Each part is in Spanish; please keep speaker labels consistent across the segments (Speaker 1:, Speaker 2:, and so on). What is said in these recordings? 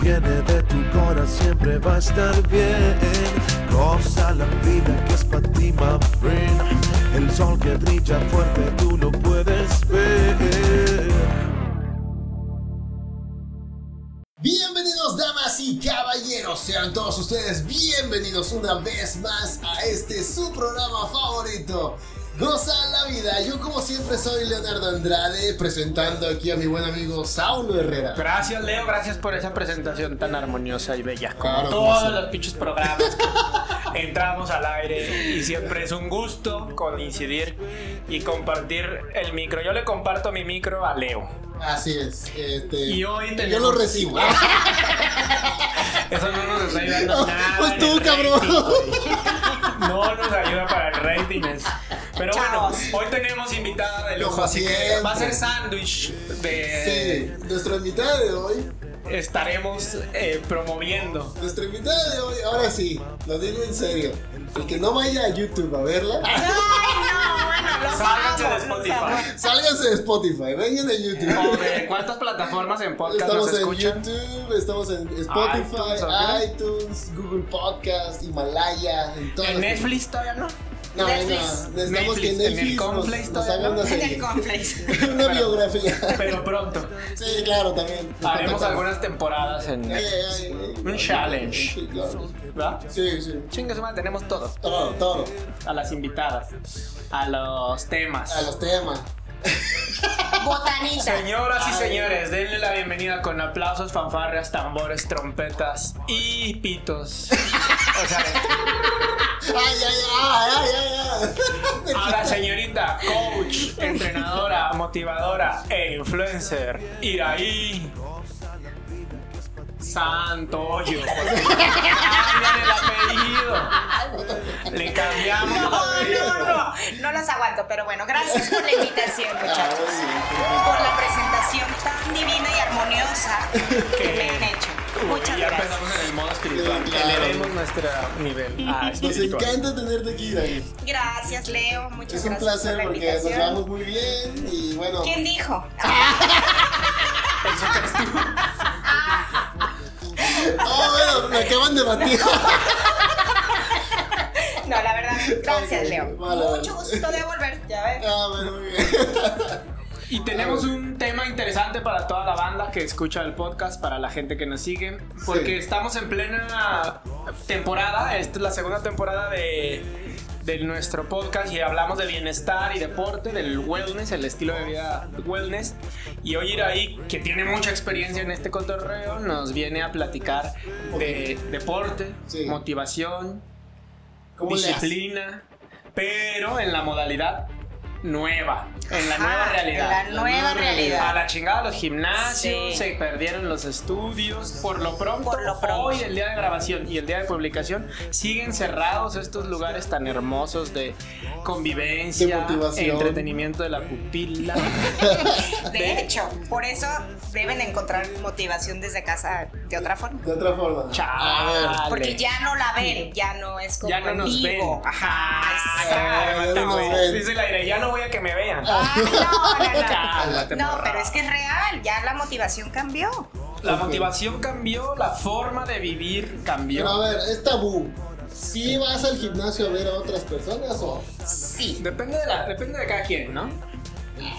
Speaker 1: viene de tu corazón siempre va a estar bien. Goza la vida que es para ti, my friend. El sol que brilla fuerte tú no puedes ver.
Speaker 2: Bienvenidos damas y caballeros, sean todos ustedes bienvenidos una vez más a este su programa favorito. Goza la vida, yo como siempre soy Leonardo Andrade presentando aquí a mi buen amigo Saulo Herrera.
Speaker 3: Gracias, Leo. Gracias por esa presentación tan armoniosa y bella. Como
Speaker 2: Claro,
Speaker 3: todos
Speaker 2: gracias.
Speaker 3: los pinches programas que entramos al aire. Y siempre es un gusto coincidir y compartir el micro. Yo le comparto mi micro a Leo.
Speaker 2: Así es, este,
Speaker 3: Y hoy
Speaker 2: yo
Speaker 3: tenemos-
Speaker 2: lo recibo.
Speaker 3: Eso no nos está ayudando nada.
Speaker 2: Pues
Speaker 3: en
Speaker 2: tú,
Speaker 3: el
Speaker 2: cabrón.
Speaker 3: rating. No nos ayuda para el rating. es- Pero bueno,
Speaker 4: Chavos.
Speaker 3: hoy tenemos invitada de lujo,
Speaker 2: Como
Speaker 3: así que
Speaker 2: siempre.
Speaker 3: va a ser sándwich
Speaker 2: Sí,
Speaker 3: de...
Speaker 2: nuestra invitada de hoy,
Speaker 3: Estaremos eh, promoviendo.
Speaker 2: nuestra invitada de hoy, ahora sí, lo digo en serio, el que no vaya a YouTube a verla,
Speaker 4: Ay, no, bueno, los
Speaker 3: Sálganse de
Speaker 4: amo, los amo.
Speaker 3: Spotify.
Speaker 2: sálganse de Spotify, vengan a YouTube.
Speaker 3: O de ¿Cuántas plataformas en podcast
Speaker 2: Estamos
Speaker 3: nos
Speaker 2: en
Speaker 3: escuchan?
Speaker 2: YouTube, estamos en Spotify,
Speaker 3: iTunes, ¿ok?
Speaker 2: iTunes, Google Podcast, Himalaya, en todas
Speaker 3: En
Speaker 2: las-
Speaker 3: Netflix todavía no.
Speaker 2: No, no,
Speaker 4: Netflix.
Speaker 2: necesitamos
Speaker 3: Netflix, en
Speaker 2: que
Speaker 3: el
Speaker 2: Netflix
Speaker 3: Conflix
Speaker 2: nos, nos
Speaker 3: todavía
Speaker 2: haga
Speaker 3: no.
Speaker 2: una
Speaker 4: En
Speaker 2: serie,
Speaker 4: el complex.
Speaker 2: una biografía.
Speaker 3: Pero pronto
Speaker 2: sí, claro, también. Nos
Speaker 3: haremos
Speaker 2: contactamos.
Speaker 3: algunas temporadas en
Speaker 2: Eh,
Speaker 3: Netflix.
Speaker 2: eh, eh,
Speaker 3: Un challenge.
Speaker 2: Sí, claro.
Speaker 3: ¿Verdad?
Speaker 2: Sí, sí.
Speaker 3: Chingue su madre, tenemos todo.
Speaker 2: Todo, todo.
Speaker 3: A las invitadas, a los
Speaker 2: A
Speaker 3: temas.
Speaker 2: los temas.
Speaker 4: Botanita.
Speaker 3: Señoras y señores, denle la bienvenida con aplausos, fanfarrias, tambores, trompetas y pitos. O sea,
Speaker 2: Ay, ay, ay, ay, ay,
Speaker 3: a
Speaker 2: ay.
Speaker 3: la señorita, coach, entrenadora, motivadora e influencer, Iraí Santoyo. Cámbiale el apellido. Le cambiamos.
Speaker 4: No,
Speaker 3: el apellido.
Speaker 4: no, no. No los aguanto, pero bueno, gracias por la invitación,
Speaker 2: Ah,
Speaker 4: muchachos.
Speaker 2: sí.
Speaker 4: Por la presentación tan divina y armoniosa que me han hecho.
Speaker 3: Uy,
Speaker 4: Muchas
Speaker 3: ya
Speaker 4: gracias.
Speaker 3: empezamos en el modo espiritual.
Speaker 2: Sí, claro.
Speaker 3: Elevemos nuestro nivel. Ah,
Speaker 2: Nos
Speaker 3: espiritual.
Speaker 2: encanta tenerte aquí, Dani.
Speaker 4: Gracias, Leo. Muchas
Speaker 2: Es un
Speaker 4: gracias
Speaker 2: placer
Speaker 4: por la
Speaker 2: porque nos
Speaker 4: invitación.
Speaker 2: vamos muy bien y bueno.
Speaker 4: ¿Quién dijo?
Speaker 3: Eso crees tú.
Speaker 2: Ah, bueno, me acaban de batir. Ah,
Speaker 4: No, la verdad, gracias,
Speaker 2: Ok,
Speaker 4: Leo.
Speaker 2: vale, vale.
Speaker 4: Mucho gusto de volver, ya ves.
Speaker 2: Ah, bueno, muy bien.
Speaker 3: Y tenemos un tema interesante para toda la banda que escucha el podcast, para la gente que nos sigue, porque
Speaker 2: Sí.
Speaker 3: estamos en plena temporada, esta es la segunda temporada de, de nuestro podcast y hablamos de bienestar y deporte, del wellness, el estilo de vida wellness. Y hoy Iraí, que tiene mucha experiencia en este cotorreo, nos viene a platicar de deporte,
Speaker 2: Sí.
Speaker 3: motivación,
Speaker 2: ¿Cómo le haces?
Speaker 3: disciplina, pero en la modalidad nueva, en la
Speaker 4: Ajá,
Speaker 3: nueva realidad.
Speaker 4: La nueva
Speaker 3: A
Speaker 4: realidad.
Speaker 3: la chingada los gimnasios,
Speaker 4: Sí.
Speaker 3: se perdieron los estudios. Por lo pronto,
Speaker 4: Por lo pronto.
Speaker 3: hoy el día de grabación y el día de publicación siguen cerrados estos lugares tan hermosos de
Speaker 2: De
Speaker 3: convivencia,
Speaker 2: motivación.
Speaker 3: entretenimiento de la pupila.
Speaker 4: De hecho, por eso deben encontrar motivación desde casa de otra forma.
Speaker 2: De otra forma.
Speaker 3: Chale.
Speaker 4: Porque ya no la ven, ya no es como
Speaker 3: Ya no
Speaker 4: en
Speaker 3: nos
Speaker 4: vivo.
Speaker 3: ven.
Speaker 4: Ajá,
Speaker 3: Ah,
Speaker 2: ya
Speaker 4: exacto.
Speaker 3: cálmate,
Speaker 2: no nos
Speaker 3: güey.
Speaker 2: ven.
Speaker 3: Dice el aire, ya no voy a que me vean.
Speaker 4: Ay, Ah, no, no,
Speaker 3: Cálmate,
Speaker 4: no. No,
Speaker 3: morra.
Speaker 4: pero es que es real, ya la motivación cambió.
Speaker 3: La
Speaker 2: Ok.
Speaker 3: motivación cambió, la forma de vivir
Speaker 2: Pero a
Speaker 3: cambió.
Speaker 2: ver, es tabú. ¿Sí vas al gimnasio a ver a otras personas o...?
Speaker 4: Sí.
Speaker 3: Depende de, la, depende de cada quien, ¿no?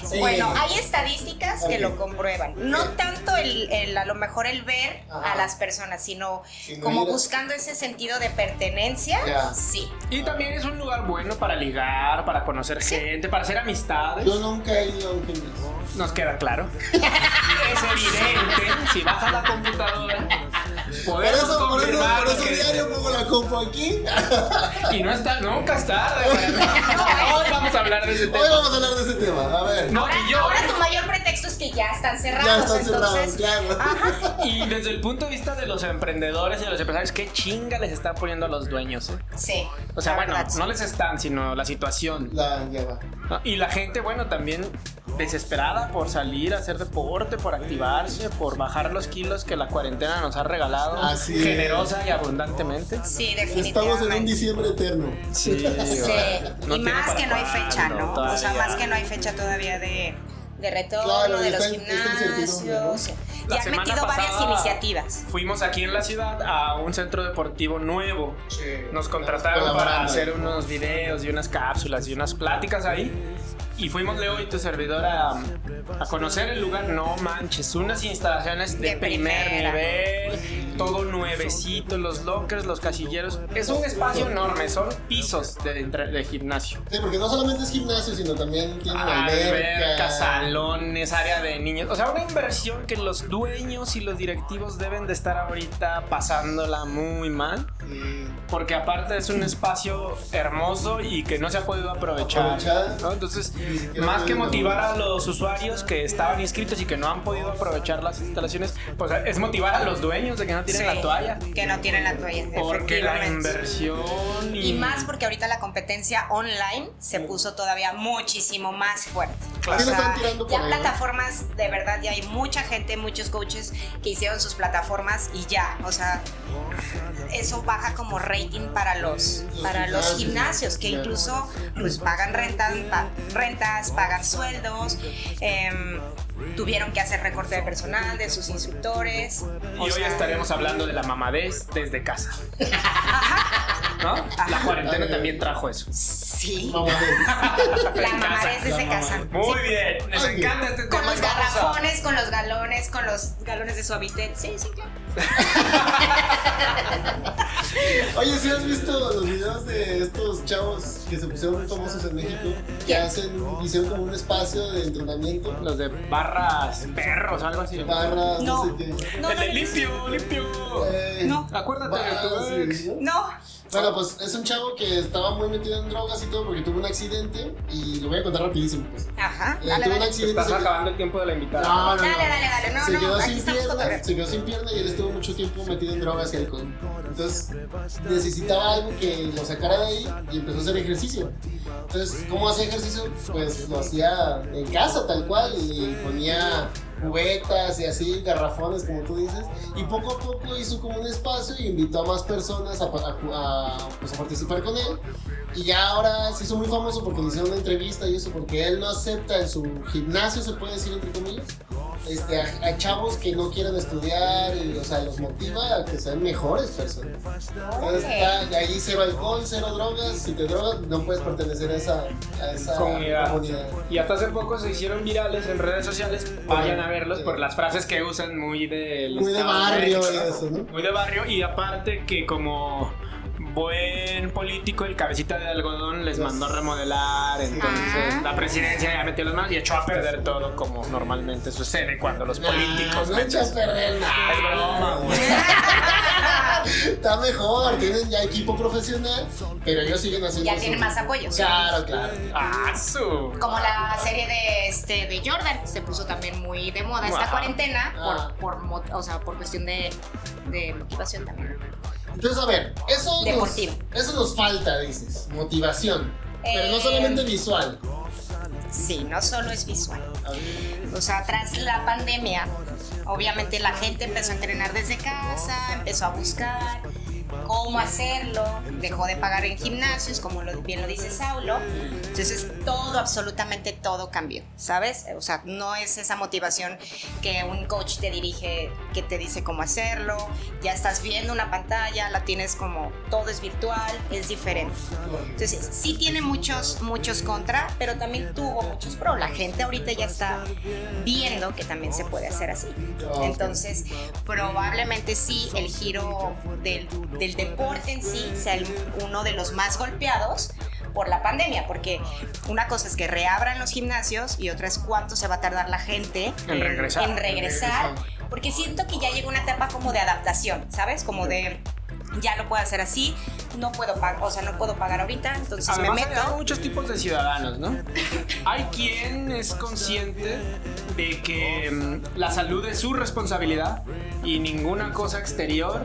Speaker 2: Sí.
Speaker 4: Bueno, hay estadísticas que
Speaker 2: Ok.
Speaker 4: lo comprueban. No tanto el, el- a lo mejor el ver
Speaker 2: Ajá.
Speaker 4: a las personas, sino
Speaker 2: Sino
Speaker 4: como
Speaker 2: ir a-
Speaker 4: buscando ese sentido de pertenencia.
Speaker 2: Ya.
Speaker 4: Sí.
Speaker 3: Y también es un lugar bueno para ligar, para conocer gente, para hacer amistades.
Speaker 2: Yo nunca he ido a un gimnasio.
Speaker 3: Nos queda claro. es evidente, si bajas la computadora,
Speaker 2: Por
Speaker 3: podemos
Speaker 2: eso, por eso,
Speaker 3: confirmar
Speaker 2: por eso
Speaker 3: que-
Speaker 2: diario pongo la compu aquí.
Speaker 3: Y no está, nunca es tarde. güey. Hoy vamos a hablar de ese
Speaker 2: Hoy
Speaker 3: tema.
Speaker 2: vamos a hablar de ese tema. A ver.
Speaker 3: No,
Speaker 4: Ahora,
Speaker 3: y yo.
Speaker 4: ahora tu mayor pretexto es que ya están cerrados.
Speaker 2: ya están cerrados,
Speaker 4: entonces,
Speaker 2: claro.
Speaker 3: Y desde el punto de vista de los emprendedores y de los empresarios, ¿qué chinga les están poniendo a los dueños? eh?
Speaker 4: Sí.
Speaker 3: O sea,
Speaker 4: la
Speaker 3: bueno,
Speaker 4: verdad, sí.
Speaker 3: no les están, sino la situación.
Speaker 2: La, ya va.
Speaker 3: Ah, Y la gente, bueno, también desesperada por salir a hacer deporte, por activarse, por bajar los kilos que la cuarentena nos ha regalado
Speaker 2: Así es.
Speaker 3: generosa y abundantemente.
Speaker 4: Sí,
Speaker 2: Estamos en un
Speaker 4: definitivamente.
Speaker 2: diciembre eterno.
Speaker 3: Sí, no
Speaker 4: Sí, y
Speaker 3: tiene
Speaker 4: más
Speaker 3: para
Speaker 4: que no hay fecha,
Speaker 3: cuándo
Speaker 4: ¿no? O sea,
Speaker 3: todavía.
Speaker 4: más que no hay fecha todavía de, de retorno,
Speaker 2: Claro,
Speaker 4: de los
Speaker 2: está en- está en certidumbre, ¿no?
Speaker 4: gimnasios.
Speaker 3: La
Speaker 4: Y han
Speaker 3: semana
Speaker 4: metido varias
Speaker 3: pasada
Speaker 4: iniciativas.
Speaker 3: Fuimos aquí en la ciudad a un centro deportivo nuevo. Nos contrataron
Speaker 2: Colaborando.
Speaker 3: para hacer unos videos y unas cápsulas y unas pláticas ahí. Y fuimos Leo y tu servidor a, a conocer el lugar. No manches, unas instalaciones de,
Speaker 4: De
Speaker 3: primer
Speaker 4: primera.
Speaker 3: nivel, todo nuevecito, los lockers, los casilleros. Es un espacio enorme, son pisos de, entre- de gimnasio.
Speaker 2: Sí, porque no solamente es gimnasio, sino también tiene
Speaker 3: Alberca, salones, área de niños. O sea, una inversión que los dueños y los directivos deben de estar ahorita pasándola muy mal. Porque aparte es un espacio hermoso y que no se ha podido aprovechar.
Speaker 2: Aprovechar.
Speaker 3: ¿no? Entonces,
Speaker 2: siquiera
Speaker 3: más que
Speaker 2: pudieron.
Speaker 3: motivar a los usuarios que estaban inscritos y que no han podido aprovechar las instalaciones, pues es motivar a los dueños de que no tienen
Speaker 4: Sí,
Speaker 3: la toalla.
Speaker 4: Que no tienen la toalla.
Speaker 3: Porque la
Speaker 4: efectivamente.
Speaker 3: inversión y, Mm.
Speaker 4: Y más porque ahorita la competencia online se puso todavía muchísimo más fuerte.
Speaker 3: Claro.
Speaker 2: Sí, le están tirando por
Speaker 4: ya
Speaker 2: ahí, ¿no?
Speaker 4: plataformas, de verdad, ya hay mucha gente, muchos coaches que hicieron sus plataformas y ya, o sea, eso baja como rating para los,
Speaker 2: Los
Speaker 4: para los
Speaker 2: gimnasios,
Speaker 4: gimnasios, que
Speaker 2: claro.
Speaker 4: incluso pues pagan rentas, rentas pagan sueldos, em, tuvieron que hacer recorte de personal, de sus instructores.
Speaker 3: y
Speaker 4: o
Speaker 3: hoy
Speaker 4: sea,
Speaker 3: estaremos hablando de la mamadez desde casa. ¿No? La
Speaker 4: Ajá.
Speaker 3: cuarentena también trajo eso.
Speaker 4: Sí,
Speaker 2: Mamá,
Speaker 4: la
Speaker 3: En
Speaker 4: mamá
Speaker 3: casa,
Speaker 4: es desde
Speaker 3: la
Speaker 4: casa.
Speaker 3: mamadez. Muy
Speaker 4: Sí.
Speaker 3: bien, les
Speaker 2: Ay.
Speaker 3: encanta este tema.
Speaker 4: Con los
Speaker 3: y vamos a-
Speaker 4: garrafones, con los galones, con los galones de suavitel. Sí, sí, claro.
Speaker 2: Oye, si has visto los videos de estos chavos que se pusieron muy famosos en México? Que hacen, hicieron como un espacio de entrenamiento.
Speaker 3: Los de barras perros, algo así.
Speaker 2: Barras, no,
Speaker 4: No.
Speaker 2: sé qué.
Speaker 4: No,
Speaker 3: el
Speaker 4: no,
Speaker 3: de
Speaker 4: no.
Speaker 3: Eh, limpio, limpio.
Speaker 2: Eh,
Speaker 4: No.
Speaker 3: Acuérdate
Speaker 2: barras,
Speaker 3: de tu ex.
Speaker 2: sí, ¿no?
Speaker 4: No,
Speaker 2: Bueno, pues es un chavo que estaba muy metido en drogas y todo porque tuvo un accidente y lo voy a contar rapidísimo. Pues.
Speaker 4: ajá,
Speaker 2: Eh,
Speaker 4: dale,
Speaker 2: tuvo un
Speaker 4: dale.
Speaker 3: Te
Speaker 2: accidente.
Speaker 3: estás
Speaker 2: se quedó-
Speaker 3: acabando el tiempo de la invitada.
Speaker 2: No, no, no.
Speaker 4: Dale, dale, dale. No,
Speaker 2: se
Speaker 4: no,
Speaker 2: quedó
Speaker 4: aquí
Speaker 2: sin
Speaker 4: estamos
Speaker 2: pierna,
Speaker 4: cotorreando.
Speaker 2: se quedó sin pierna y él estuvo mucho tiempo metido en drogas y alcohol. Entonces necesitaba algo que lo sacara de ahí y empezó a hacer ejercicio. Entonces, ¿cómo hacía ejercicio? Pues lo hacía en casa tal cual y ponía cubetas y así, garrafones como tú dices. Y poco a poco hizo como un espacio y invitó a más personas a, pa- a ju- a, pues, a participar con él. Y ya ahora se hizo muy famoso porque le hicieron una entrevista y eso, porque él no acepta en su gimnasio, se puede decir entre comillas, este, a, a chavos que no quieran estudiar, y, o sea, los motiva a que sean mejores personas. Entonces, está- de ahí cero alcohol, cero drogas, si te drogas no puedes pertenecer a esa, a esa
Speaker 3: Comunidad.
Speaker 2: comunidad.
Speaker 3: Y hasta hace poco se hicieron virales en redes sociales. Vayan a verlos por las frases que usan muy de.
Speaker 2: Muy de barrio y eso, ¿no?
Speaker 3: Muy de barrio. Y aparte que como buen político, el cabecita de algodón les mandó a remodelar. Entonces
Speaker 4: Ah.
Speaker 3: la presidencia ya metió las manos y echó a perder todo como normalmente sucede cuando los
Speaker 2: Ah,
Speaker 3: políticos
Speaker 2: no
Speaker 3: meten-
Speaker 2: echas perder nada.
Speaker 3: Ah, es broma, güey.
Speaker 2: Está mejor, tienen ya equipo profesional, pero ellos siguen haciendo.
Speaker 4: Ya tienen
Speaker 2: su-
Speaker 4: más apoyo.
Speaker 2: Claro, claro.
Speaker 3: Ah, su.
Speaker 4: Como la serie de este de Jordan que se puso también muy de moda esta
Speaker 3: Ajá.
Speaker 4: cuarentena
Speaker 2: Ah.
Speaker 4: por, por mo- o sea, por cuestión de, de motivación también.
Speaker 2: Entonces, a ver, eso nos,
Speaker 4: Deportivo.
Speaker 2: eso nos falta, dices, motivación. Pero no
Speaker 4: Eh,
Speaker 2: solamente visual.
Speaker 4: Sí, no solo es visual.
Speaker 2: A ver,
Speaker 4: O sea, tras la pandemia, obviamente la gente empezó a entrenar desde casa, empezó a buscar cómo hacerlo, dejó de pagar en gimnasios, como lo- bien lo dice Saulo. Entonces todo, absolutamente todo cambió, ¿sabes? O sea, no es esa motivación que un coach te dirige, que te dice cómo hacerlo, ya estás viendo una pantalla, la tienes como, todo es virtual, es diferente. Entonces, sí tiene muchos, muchos contra, pero también tuvo muchos pro. La gente ahorita ya está viendo que también se puede hacer así. Entonces, probablemente sí, el giro del, del deporte en sí sea el- uno de los más golpeados por la pandemia, porque una cosa es que reabran los gimnasios y otra es cuánto se va a tardar la gente
Speaker 3: En regresar.
Speaker 4: en regresar, porque siento que ya llegó una etapa como de adaptación, ¿sabes? Como de ya lo puedo hacer así, no puedo pagar, o sea, no puedo pagar ahorita, entonces
Speaker 3: Además,
Speaker 4: me
Speaker 3: hay- hay
Speaker 4: meto.
Speaker 3: muchos tipos de ciudadanos, ¿no? Hay quien es consciente de que mm, la salud es su responsabilidad y ninguna cosa exterior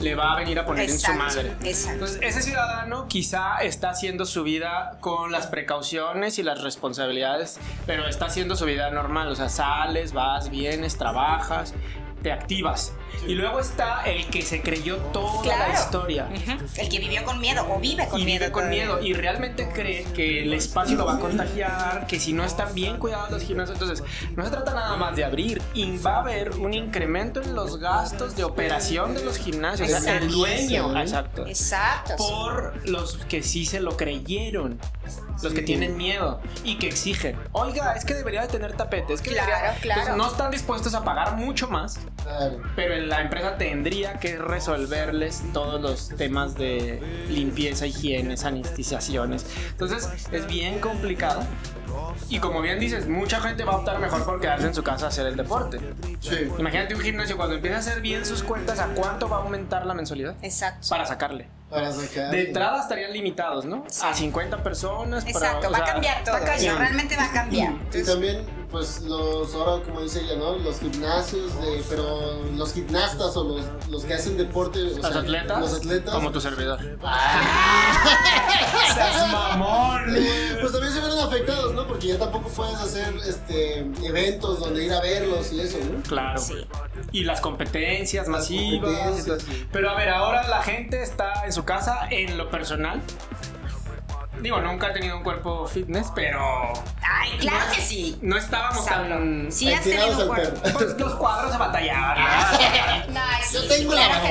Speaker 3: le va a venir a poner en su madre.
Speaker 4: exacto.
Speaker 3: Entonces, ese ciudadano quizá está haciendo su vida con las precauciones y las responsabilidades, pero está haciendo su vida normal. O sea, sales, vas, vienes, trabajas, te activas. Y luego está el que se creyó toda
Speaker 4: Claro.
Speaker 3: la historia.
Speaker 4: Ujú. El que vivió con miedo o vive con
Speaker 3: y
Speaker 4: miedo.
Speaker 3: vive con
Speaker 4: todavía.
Speaker 3: miedo y realmente cree que el espacio lo va a contagiar, que si no están bien cuidados los gimnasios, entonces no se trata nada más de abrir, y va a haber un incremento en los gastos de operación de los gimnasios, o sea, el
Speaker 4: Exacto.
Speaker 3: dueño, exacto,
Speaker 4: Exacto. sí.
Speaker 3: por los que sí se lo creyeron, los que tienen miedo y que exigen, oiga, es que debería de tener tapete, es que
Speaker 4: Claro,
Speaker 3: debería-".
Speaker 4: claro.
Speaker 3: Entonces, no están dispuestos a pagar mucho más,
Speaker 2: Claro.
Speaker 3: pero la empresa tendría que resolverles todos los temas de limpieza, higiene, sanitizaciones. Entonces es bien complicado. Y como bien dices, mucha gente va a optar mejor por quedarse en su casa a hacer el deporte.
Speaker 2: Sí.
Speaker 3: Imagínate un gimnasio cuando empieza a hacer bien sus cuentas, ¿a cuánto va a aumentar la mensualidad?
Speaker 4: Exacto.
Speaker 3: Para sacarle.
Speaker 2: Para sacar.
Speaker 3: De entrada estarían limitados, ¿no? A 50 personas. para-
Speaker 4: Exacto,
Speaker 3: o
Speaker 4: va a
Speaker 3: sea,
Speaker 4: cambiar todo.
Speaker 3: está cañón.
Speaker 4: eso realmente va a cambiar.
Speaker 2: Y también, pues los, ahora como dice ella, ¿no? Los gimnasios, de, pero los gimnastas o los, los que hacen deporte. o
Speaker 3: Los
Speaker 2: sea,
Speaker 3: atletas,
Speaker 2: Los atletas.
Speaker 3: como tu servidor.
Speaker 4: Ah.
Speaker 2: Pues también se ven afectados, ¿no? Porque ya tampoco puedes hacer este, eventos donde ir a verlos y eso, ¿no?
Speaker 3: Claro. Y las competencias masivas.
Speaker 2: competencias,
Speaker 3: y todo.
Speaker 2: sí.
Speaker 3: Pero a ver, ahora la gente está en su casa en lo personal. Digo, nunca he tenido un cuerpo fitness, pero
Speaker 4: Ay, claro que sí.
Speaker 3: no estábamos tan...
Speaker 4: Si has
Speaker 2: Tirados al
Speaker 4: tenido un cuerpo.
Speaker 2: perro.
Speaker 3: Pues los cuadros se batallaban. ¿no?
Speaker 4: Ay, sí,
Speaker 2: Yo
Speaker 4: sí,
Speaker 2: tengo la
Speaker 4: claro que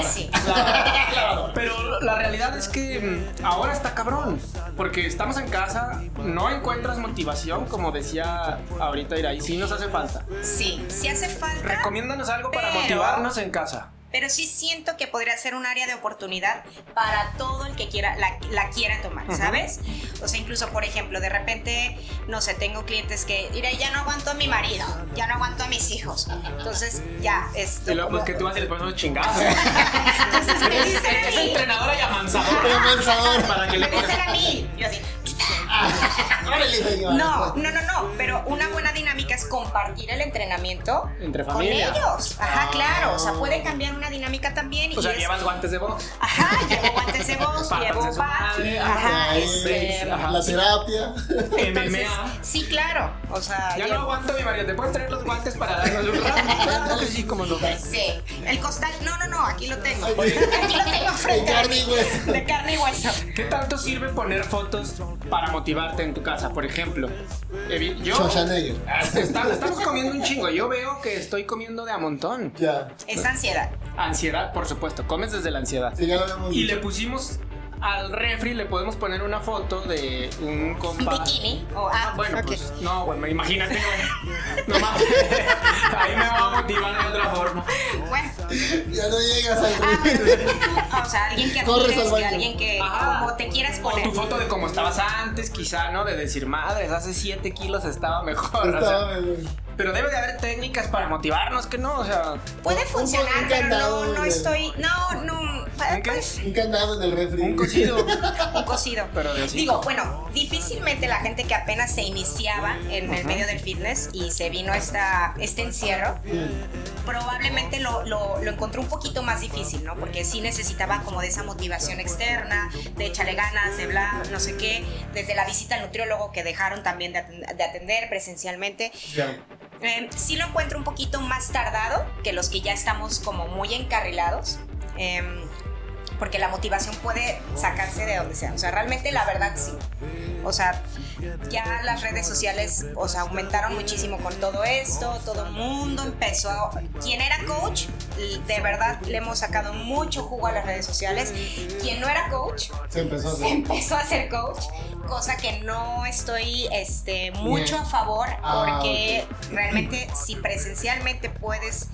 Speaker 2: lavadora.
Speaker 4: sí.
Speaker 3: Pero la realidad es que mm, ahora está cabrón, porque estamos en casa, no encuentras motivación, como decía ahorita Irai, sí nos hace falta.
Speaker 4: Sí, sí hace falta.
Speaker 3: Recomiéndanos algo para
Speaker 4: Pero-
Speaker 3: motivarnos en casa.
Speaker 4: pero sí siento que podría ser un área de oportunidad para todo el que quiera la, la quiera tomar, ¿sabes? O sea, incluso, por ejemplo, de repente, no sé, tengo clientes que diré, ya no aguanto a mi marido, ya no aguanto a mis hijos. Entonces, ya, esto...
Speaker 3: Y luego, pues
Speaker 4: como-
Speaker 3: que tú vas y le pones unos chingados.
Speaker 4: Entonces me dicen a
Speaker 3: Es
Speaker 4: mí,
Speaker 3: entrenadora y avanzadora.
Speaker 2: Pero mansador.
Speaker 3: Para que le
Speaker 4: me dicen
Speaker 3: pongas-
Speaker 4: a mí. Yo así,
Speaker 3: Pues
Speaker 2: Órale, señor.
Speaker 4: no, no, no, no, pero una buena dinámica es compartir el entrenamiento
Speaker 3: Entre
Speaker 4: con
Speaker 3: familia.
Speaker 4: ellos. Ajá,
Speaker 2: Ah.
Speaker 4: claro, o sea, puede cambiar una dinámica también.
Speaker 3: O sea,
Speaker 4: y es-
Speaker 3: llevas guantes de box.
Speaker 4: Ajá, llevo guantes de voz,
Speaker 3: Patas
Speaker 4: llevo
Speaker 3: de su
Speaker 4: bat,
Speaker 3: madre,
Speaker 4: ajá,
Speaker 2: Ay,
Speaker 4: este,
Speaker 3: sí, ajá.
Speaker 2: La terapia.
Speaker 4: entonces,
Speaker 3: MMA.
Speaker 4: sí, claro, o sea,
Speaker 3: Ya no
Speaker 4: llevo-
Speaker 3: aguanto mi marido. ¿Te puedes traer los guantes para darnos un rato? Claro que sí, como no.
Speaker 4: sí, el costal, no, no, no, aquí lo tengo,
Speaker 2: Oye.
Speaker 4: aquí lo tengo frente
Speaker 2: De
Speaker 4: a
Speaker 2: carne
Speaker 4: mí.
Speaker 2: y hueso.
Speaker 4: de carne y hueso,
Speaker 3: ¿Qué tanto sirve poner fotos para motivarte en tu casa? Por ejemplo, evi- yo Ah,
Speaker 2: Schwarzenegger.
Speaker 3: Está- estamos comiendo un chingo. Yo veo que estoy comiendo de a montón.
Speaker 2: Ya.
Speaker 4: es ansiedad,
Speaker 3: Ansiedad, por supuesto. Comes desde la ansiedad.
Speaker 2: Sí, ya lo habíamos
Speaker 3: Y
Speaker 2: dicho.
Speaker 3: le pusimos al refri, le podemos poner una foto de un
Speaker 4: un
Speaker 3: compa.
Speaker 4: bikini, o, ah,
Speaker 3: Bueno,
Speaker 4: ok.
Speaker 3: pues no, bueno, imagínate, güey. No mames. Ahí me va a motivar de otra forma.
Speaker 4: bueno,
Speaker 2: Ya no llegas al
Speaker 4: ah,
Speaker 2: ritmo.
Speaker 4: pero tú, o sea, alguien que
Speaker 2: Corres
Speaker 4: admires,
Speaker 2: al
Speaker 4: que
Speaker 2: baño.
Speaker 4: alguien que,
Speaker 3: Ajá.
Speaker 4: como te quieras
Speaker 3: O
Speaker 4: poner,
Speaker 3: tu foto de cómo estabas antes, quizá, ¿no? De decir, madres, hace 7 kilos estaba mejor. o sea,
Speaker 2: Estaba, güey.
Speaker 3: pero debe de haber técnicas para motivarnos, que no, o sea.
Speaker 4: puede
Speaker 2: un-
Speaker 4: funcionar,
Speaker 2: un
Speaker 4: pero no,
Speaker 2: candado,
Speaker 4: no
Speaker 2: güey.
Speaker 4: estoy, no, no,
Speaker 3: ¿Un qué?
Speaker 4: pues,
Speaker 2: Un candado en el refri.
Speaker 3: Un cocido.
Speaker 4: un cocido.
Speaker 3: Pero de hocico.
Speaker 4: Digo, bueno, difícilmente la gente que apenas se iniciaba en el medio del fitness y se vino esta, este encierro, probablemente lo, lo, lo encontró un poquito más difícil, ¿no? Porque sí necesitaba como de esa motivación externa, de échale ganas, de bla, no sé qué, desde la visita al nutriólogo que dejaron también de atend- de atender presencialmente.
Speaker 2: Ya.
Speaker 4: Eh, sí lo encuentro un poquito más tardado que los que ya estamos como muy encarrilados. em, porque la motivación puede sacarse de donde sea. O sea, realmente la verdad sí. O sea, ya las redes sociales, o sea, aumentaron muchísimo con todo esto. Todo el mundo empezó. a- Quien era coach, l- de verdad le hemos sacado mucho jugo a las redes sociales. Quien no era coach,
Speaker 2: Se empezó a
Speaker 4: se
Speaker 2: hacer.
Speaker 4: empezó a ser coach, cosa que no estoy este, mucho
Speaker 2: Bien.
Speaker 4: a favor
Speaker 2: Ah,
Speaker 4: porque realmente si presencialmente puedes,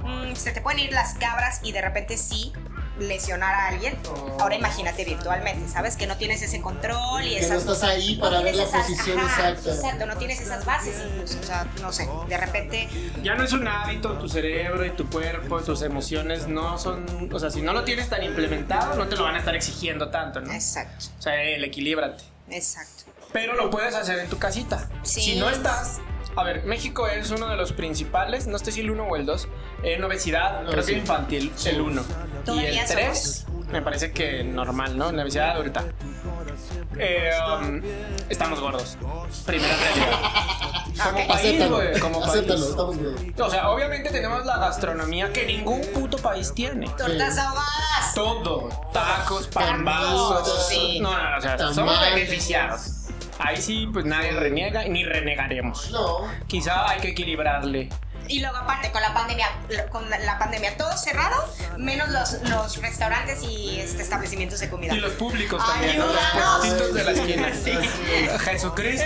Speaker 4: mm, se te pueden ir las cabras y de repente sí lesionar a alguien. Ahora imagínate virtualmente, ¿sabes? Que no tienes ese control y
Speaker 2: Oh. Que no
Speaker 4: esas...
Speaker 2: estás ahí
Speaker 4: no
Speaker 2: para ver la
Speaker 4: tienes esas-
Speaker 2: posición
Speaker 4: ajá,
Speaker 2: exacta.
Speaker 4: Exacto, no tienes esas bases incluso, o sea, no sé, de repente
Speaker 3: Ya no es un hábito, tu cerebro y tu cuerpo, tus emociones no son. O sea, si no lo tienes tan implementado, no te lo van a estar exigiendo tanto, ¿no? O
Speaker 4: Exacto,
Speaker 3: sea, el equilíbrate.
Speaker 4: exacto.
Speaker 3: Pero lo puedes hacer en tu casita.
Speaker 4: Sí.
Speaker 3: Si no estás. A ver, México es uno de los principales, no sé si el 1 o el 2, en obesidad, creo que
Speaker 2: Obesidad.
Speaker 3: infantil, el 1. Y
Speaker 4: Todavía
Speaker 3: el 3,
Speaker 4: somos.
Speaker 3: me parece que normal, ¿no? En la obesidad adulta. eh, um, estamos gordos. Primera realidad. Como
Speaker 4: Ok.
Speaker 3: país,
Speaker 2: Acéptalo,
Speaker 3: güey, como país.
Speaker 2: acéptalo, estamos bien.
Speaker 3: O sea, obviamente tenemos la gastronomía que ningún puto país tiene.
Speaker 4: Tortas ahogadas.
Speaker 3: Todo. Tacos,
Speaker 4: Tacos,
Speaker 3: pambazos.
Speaker 4: sí.
Speaker 3: No, no, no, o sea, somos
Speaker 2: Tamales.
Speaker 3: beneficiados. Ahí sí, pues nadie reniega y ni renegaremos.
Speaker 2: No,
Speaker 3: Quizá hay que equilibrarle.
Speaker 4: Y luego aparte con la pandemia, lo- con la pandemia todo cerrado, menos los, los restaurantes y este, establecimientos de comida.
Speaker 3: Y los públicos también, ¿no?
Speaker 4: Ayúdanos.
Speaker 3: los puestitos de la esquina.
Speaker 4: Sí.
Speaker 3: Jesucristo.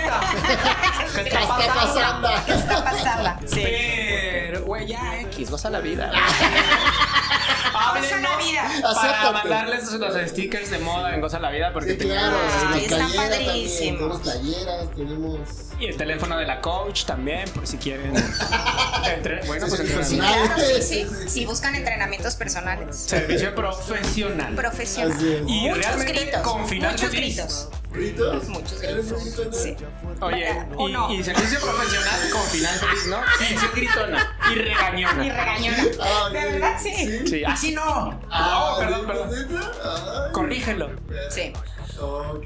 Speaker 3: ¿Qué
Speaker 4: ¿Qué
Speaker 3: está
Speaker 4: está
Speaker 3: pasando?
Speaker 2: pasando?
Speaker 4: ¿Qué está pasando? Sí.
Speaker 3: Pero, güey, ya X, vas a la vida.
Speaker 4: Vamos a la vida.
Speaker 2: Acéptate.
Speaker 3: Para mandarles los stickers de moda en Goza la Vida porque
Speaker 2: sí, claro,
Speaker 3: tenemos-
Speaker 4: Ah,
Speaker 2: tenemos
Speaker 4: está
Speaker 2: playeras también,
Speaker 4: padrísimo.
Speaker 2: tenemos playeras, tenemos...
Speaker 3: Y el teléfono de la coach también, por si quieren. Entre- bueno, pues
Speaker 2: Sí,
Speaker 3: entrenamiento.
Speaker 2: sí,
Speaker 4: Claro, sí,
Speaker 2: Sí,
Speaker 4: sí.
Speaker 2: sí, sí.
Speaker 4: Si buscan entrenamientos personales,
Speaker 3: Servicio profesional.
Speaker 2: Así
Speaker 4: profesional.
Speaker 2: es.
Speaker 3: Y
Speaker 4: Muchos
Speaker 3: realmente
Speaker 4: gritos.
Speaker 3: con final
Speaker 4: muchos
Speaker 3: feliz.
Speaker 4: gritos.
Speaker 2: ¿Ritos?
Speaker 4: Muchos
Speaker 2: ¿Eres un grito, no?
Speaker 4: gritos. Sí.
Speaker 3: Oye,
Speaker 4: ¿O
Speaker 3: y,
Speaker 4: no?
Speaker 3: y servicio profesional con final feliz, ¿no? Sí, sí, gritona. Y regañona.
Speaker 4: Y regañona.
Speaker 2: Ah,
Speaker 4: De
Speaker 2: ok.
Speaker 4: verdad, sí.
Speaker 3: Sí, así no.
Speaker 2: Ah,
Speaker 3: no, perdón,
Speaker 2: ¿neta?
Speaker 3: perdón.
Speaker 2: Ay,
Speaker 3: Corrígelo.
Speaker 4: Sí.
Speaker 2: ok.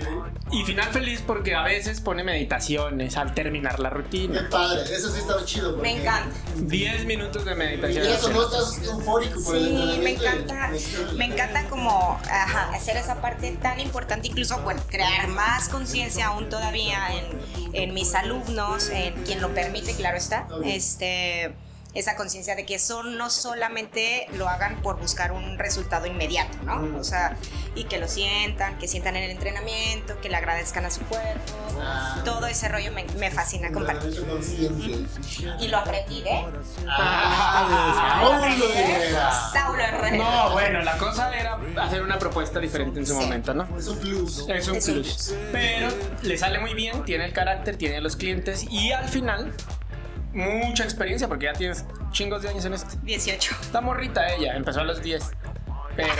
Speaker 3: Y final feliz porque a veces pone meditaciones al terminar la
Speaker 2: Qué
Speaker 3: rutina.
Speaker 2: padre, eso sí estaba chido. porque-
Speaker 4: Me encanta.
Speaker 3: 10 minutos de
Speaker 2: Y eso,
Speaker 3: meditación.
Speaker 2: no estás eufórico por el
Speaker 4: Sí, me
Speaker 2: entrenamiento y-
Speaker 4: encanta, me encanta como ajá, hacer esa parte tan importante, incluso bueno, crear más conciencia aún todavía en, en mis alumnos, en quien lo permite, claro está, este, esa conciencia de que eso no solamente lo hagan por buscar un resultado inmediato,
Speaker 2: Mm.
Speaker 4: ¿no? O sea, y que lo sientan, que sientan en el entrenamiento, que le agradezcan a su cuerpo,
Speaker 2: Ah.
Speaker 4: todo ese rollo me, me fascina compartir.
Speaker 2: Entrenamiento consciente.
Speaker 4: Y lo aprendí, ¿eh?
Speaker 2: Ah,
Speaker 4: Lo
Speaker 2: Saulo
Speaker 4: aprendí de
Speaker 2: Herrera.
Speaker 4: Saulo Herrera.
Speaker 3: No, bueno, la cosa era hacer una propuesta diferente en su
Speaker 4: Sí.
Speaker 3: momento, ¿no?
Speaker 2: Es un plus.
Speaker 3: Es un
Speaker 4: Es un
Speaker 3: plus. Pero le sale muy bien, tiene el carácter, tiene los clientes y al final mucha experiencia porque ya tienes chingos de años en esto.
Speaker 4: 18.
Speaker 3: Está morrita ella, empezó a los 10. Pero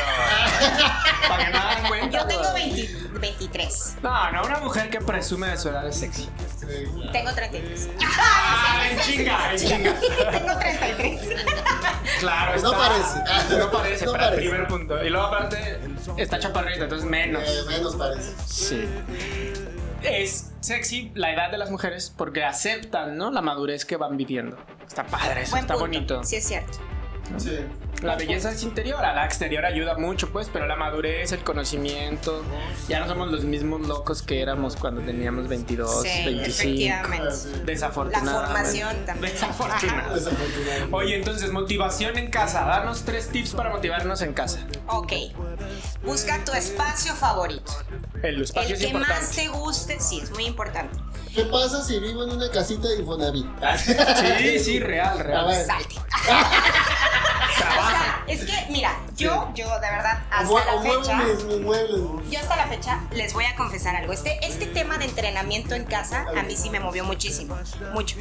Speaker 3: para que no hagan cuenta.
Speaker 4: Yo tengo
Speaker 3: güey.
Speaker 4: 20 23.
Speaker 3: No, no, una mujer que presume de su edad es sexy.
Speaker 2: Sí.
Speaker 4: Tengo 33.
Speaker 3: Ah, en chinga, en chinga.
Speaker 4: tengo 33.
Speaker 3: Claro,
Speaker 2: Pues No
Speaker 3: está-
Speaker 2: parece.
Speaker 3: No parece,
Speaker 2: No
Speaker 3: para el
Speaker 2: parece.
Speaker 3: primer punto. Y luego aparte está chaparrita, entonces menos.
Speaker 2: Eh, menos parece.
Speaker 3: Sí. Es sexy la edad de las mujeres porque aceptan, ¿no? La madurez que van viviendo. Está padre eso,
Speaker 4: Buen
Speaker 3: está
Speaker 4: punto.
Speaker 3: bonito.
Speaker 4: Sí, es cierto.
Speaker 2: Sí.
Speaker 3: La belleza es interior, a la exterior ayuda mucho, pues, pero la madurez, el conocimiento, ya no somos los mismos locos que éramos cuando teníamos 22,
Speaker 4: sí,
Speaker 3: 25.
Speaker 4: efectivamente.
Speaker 3: Desafortunadamente.
Speaker 4: La formación también.
Speaker 3: Desafortunada.
Speaker 2: Desafortunadamente.
Speaker 3: Oye, entonces, motivación en casa. Danos tres tips para motivarnos en casa.
Speaker 4: Ok. Busca tu espacio favorito.
Speaker 3: El espacio
Speaker 4: El
Speaker 3: es
Speaker 4: que más
Speaker 3: importante.
Speaker 4: te guste, sí, es muy importante.
Speaker 2: ¿Qué pasa si vivo en una casita de Infonavit?
Speaker 3: Ah. Sí, sí, real,
Speaker 2: A
Speaker 3: real.
Speaker 2: ver.
Speaker 4: Salte. O
Speaker 3: Trabaja.
Speaker 4: sea, es que, mira, yo, yo de verdad,
Speaker 2: O
Speaker 4: hasta
Speaker 2: mue-
Speaker 4: la
Speaker 2: o muevo
Speaker 4: fecha.
Speaker 2: mis, mis muebles.
Speaker 4: Yo hasta la fecha les voy a confesar algo. Este, este tema de entrenamiento en casa a mí sí me movió muchísimo, mucho.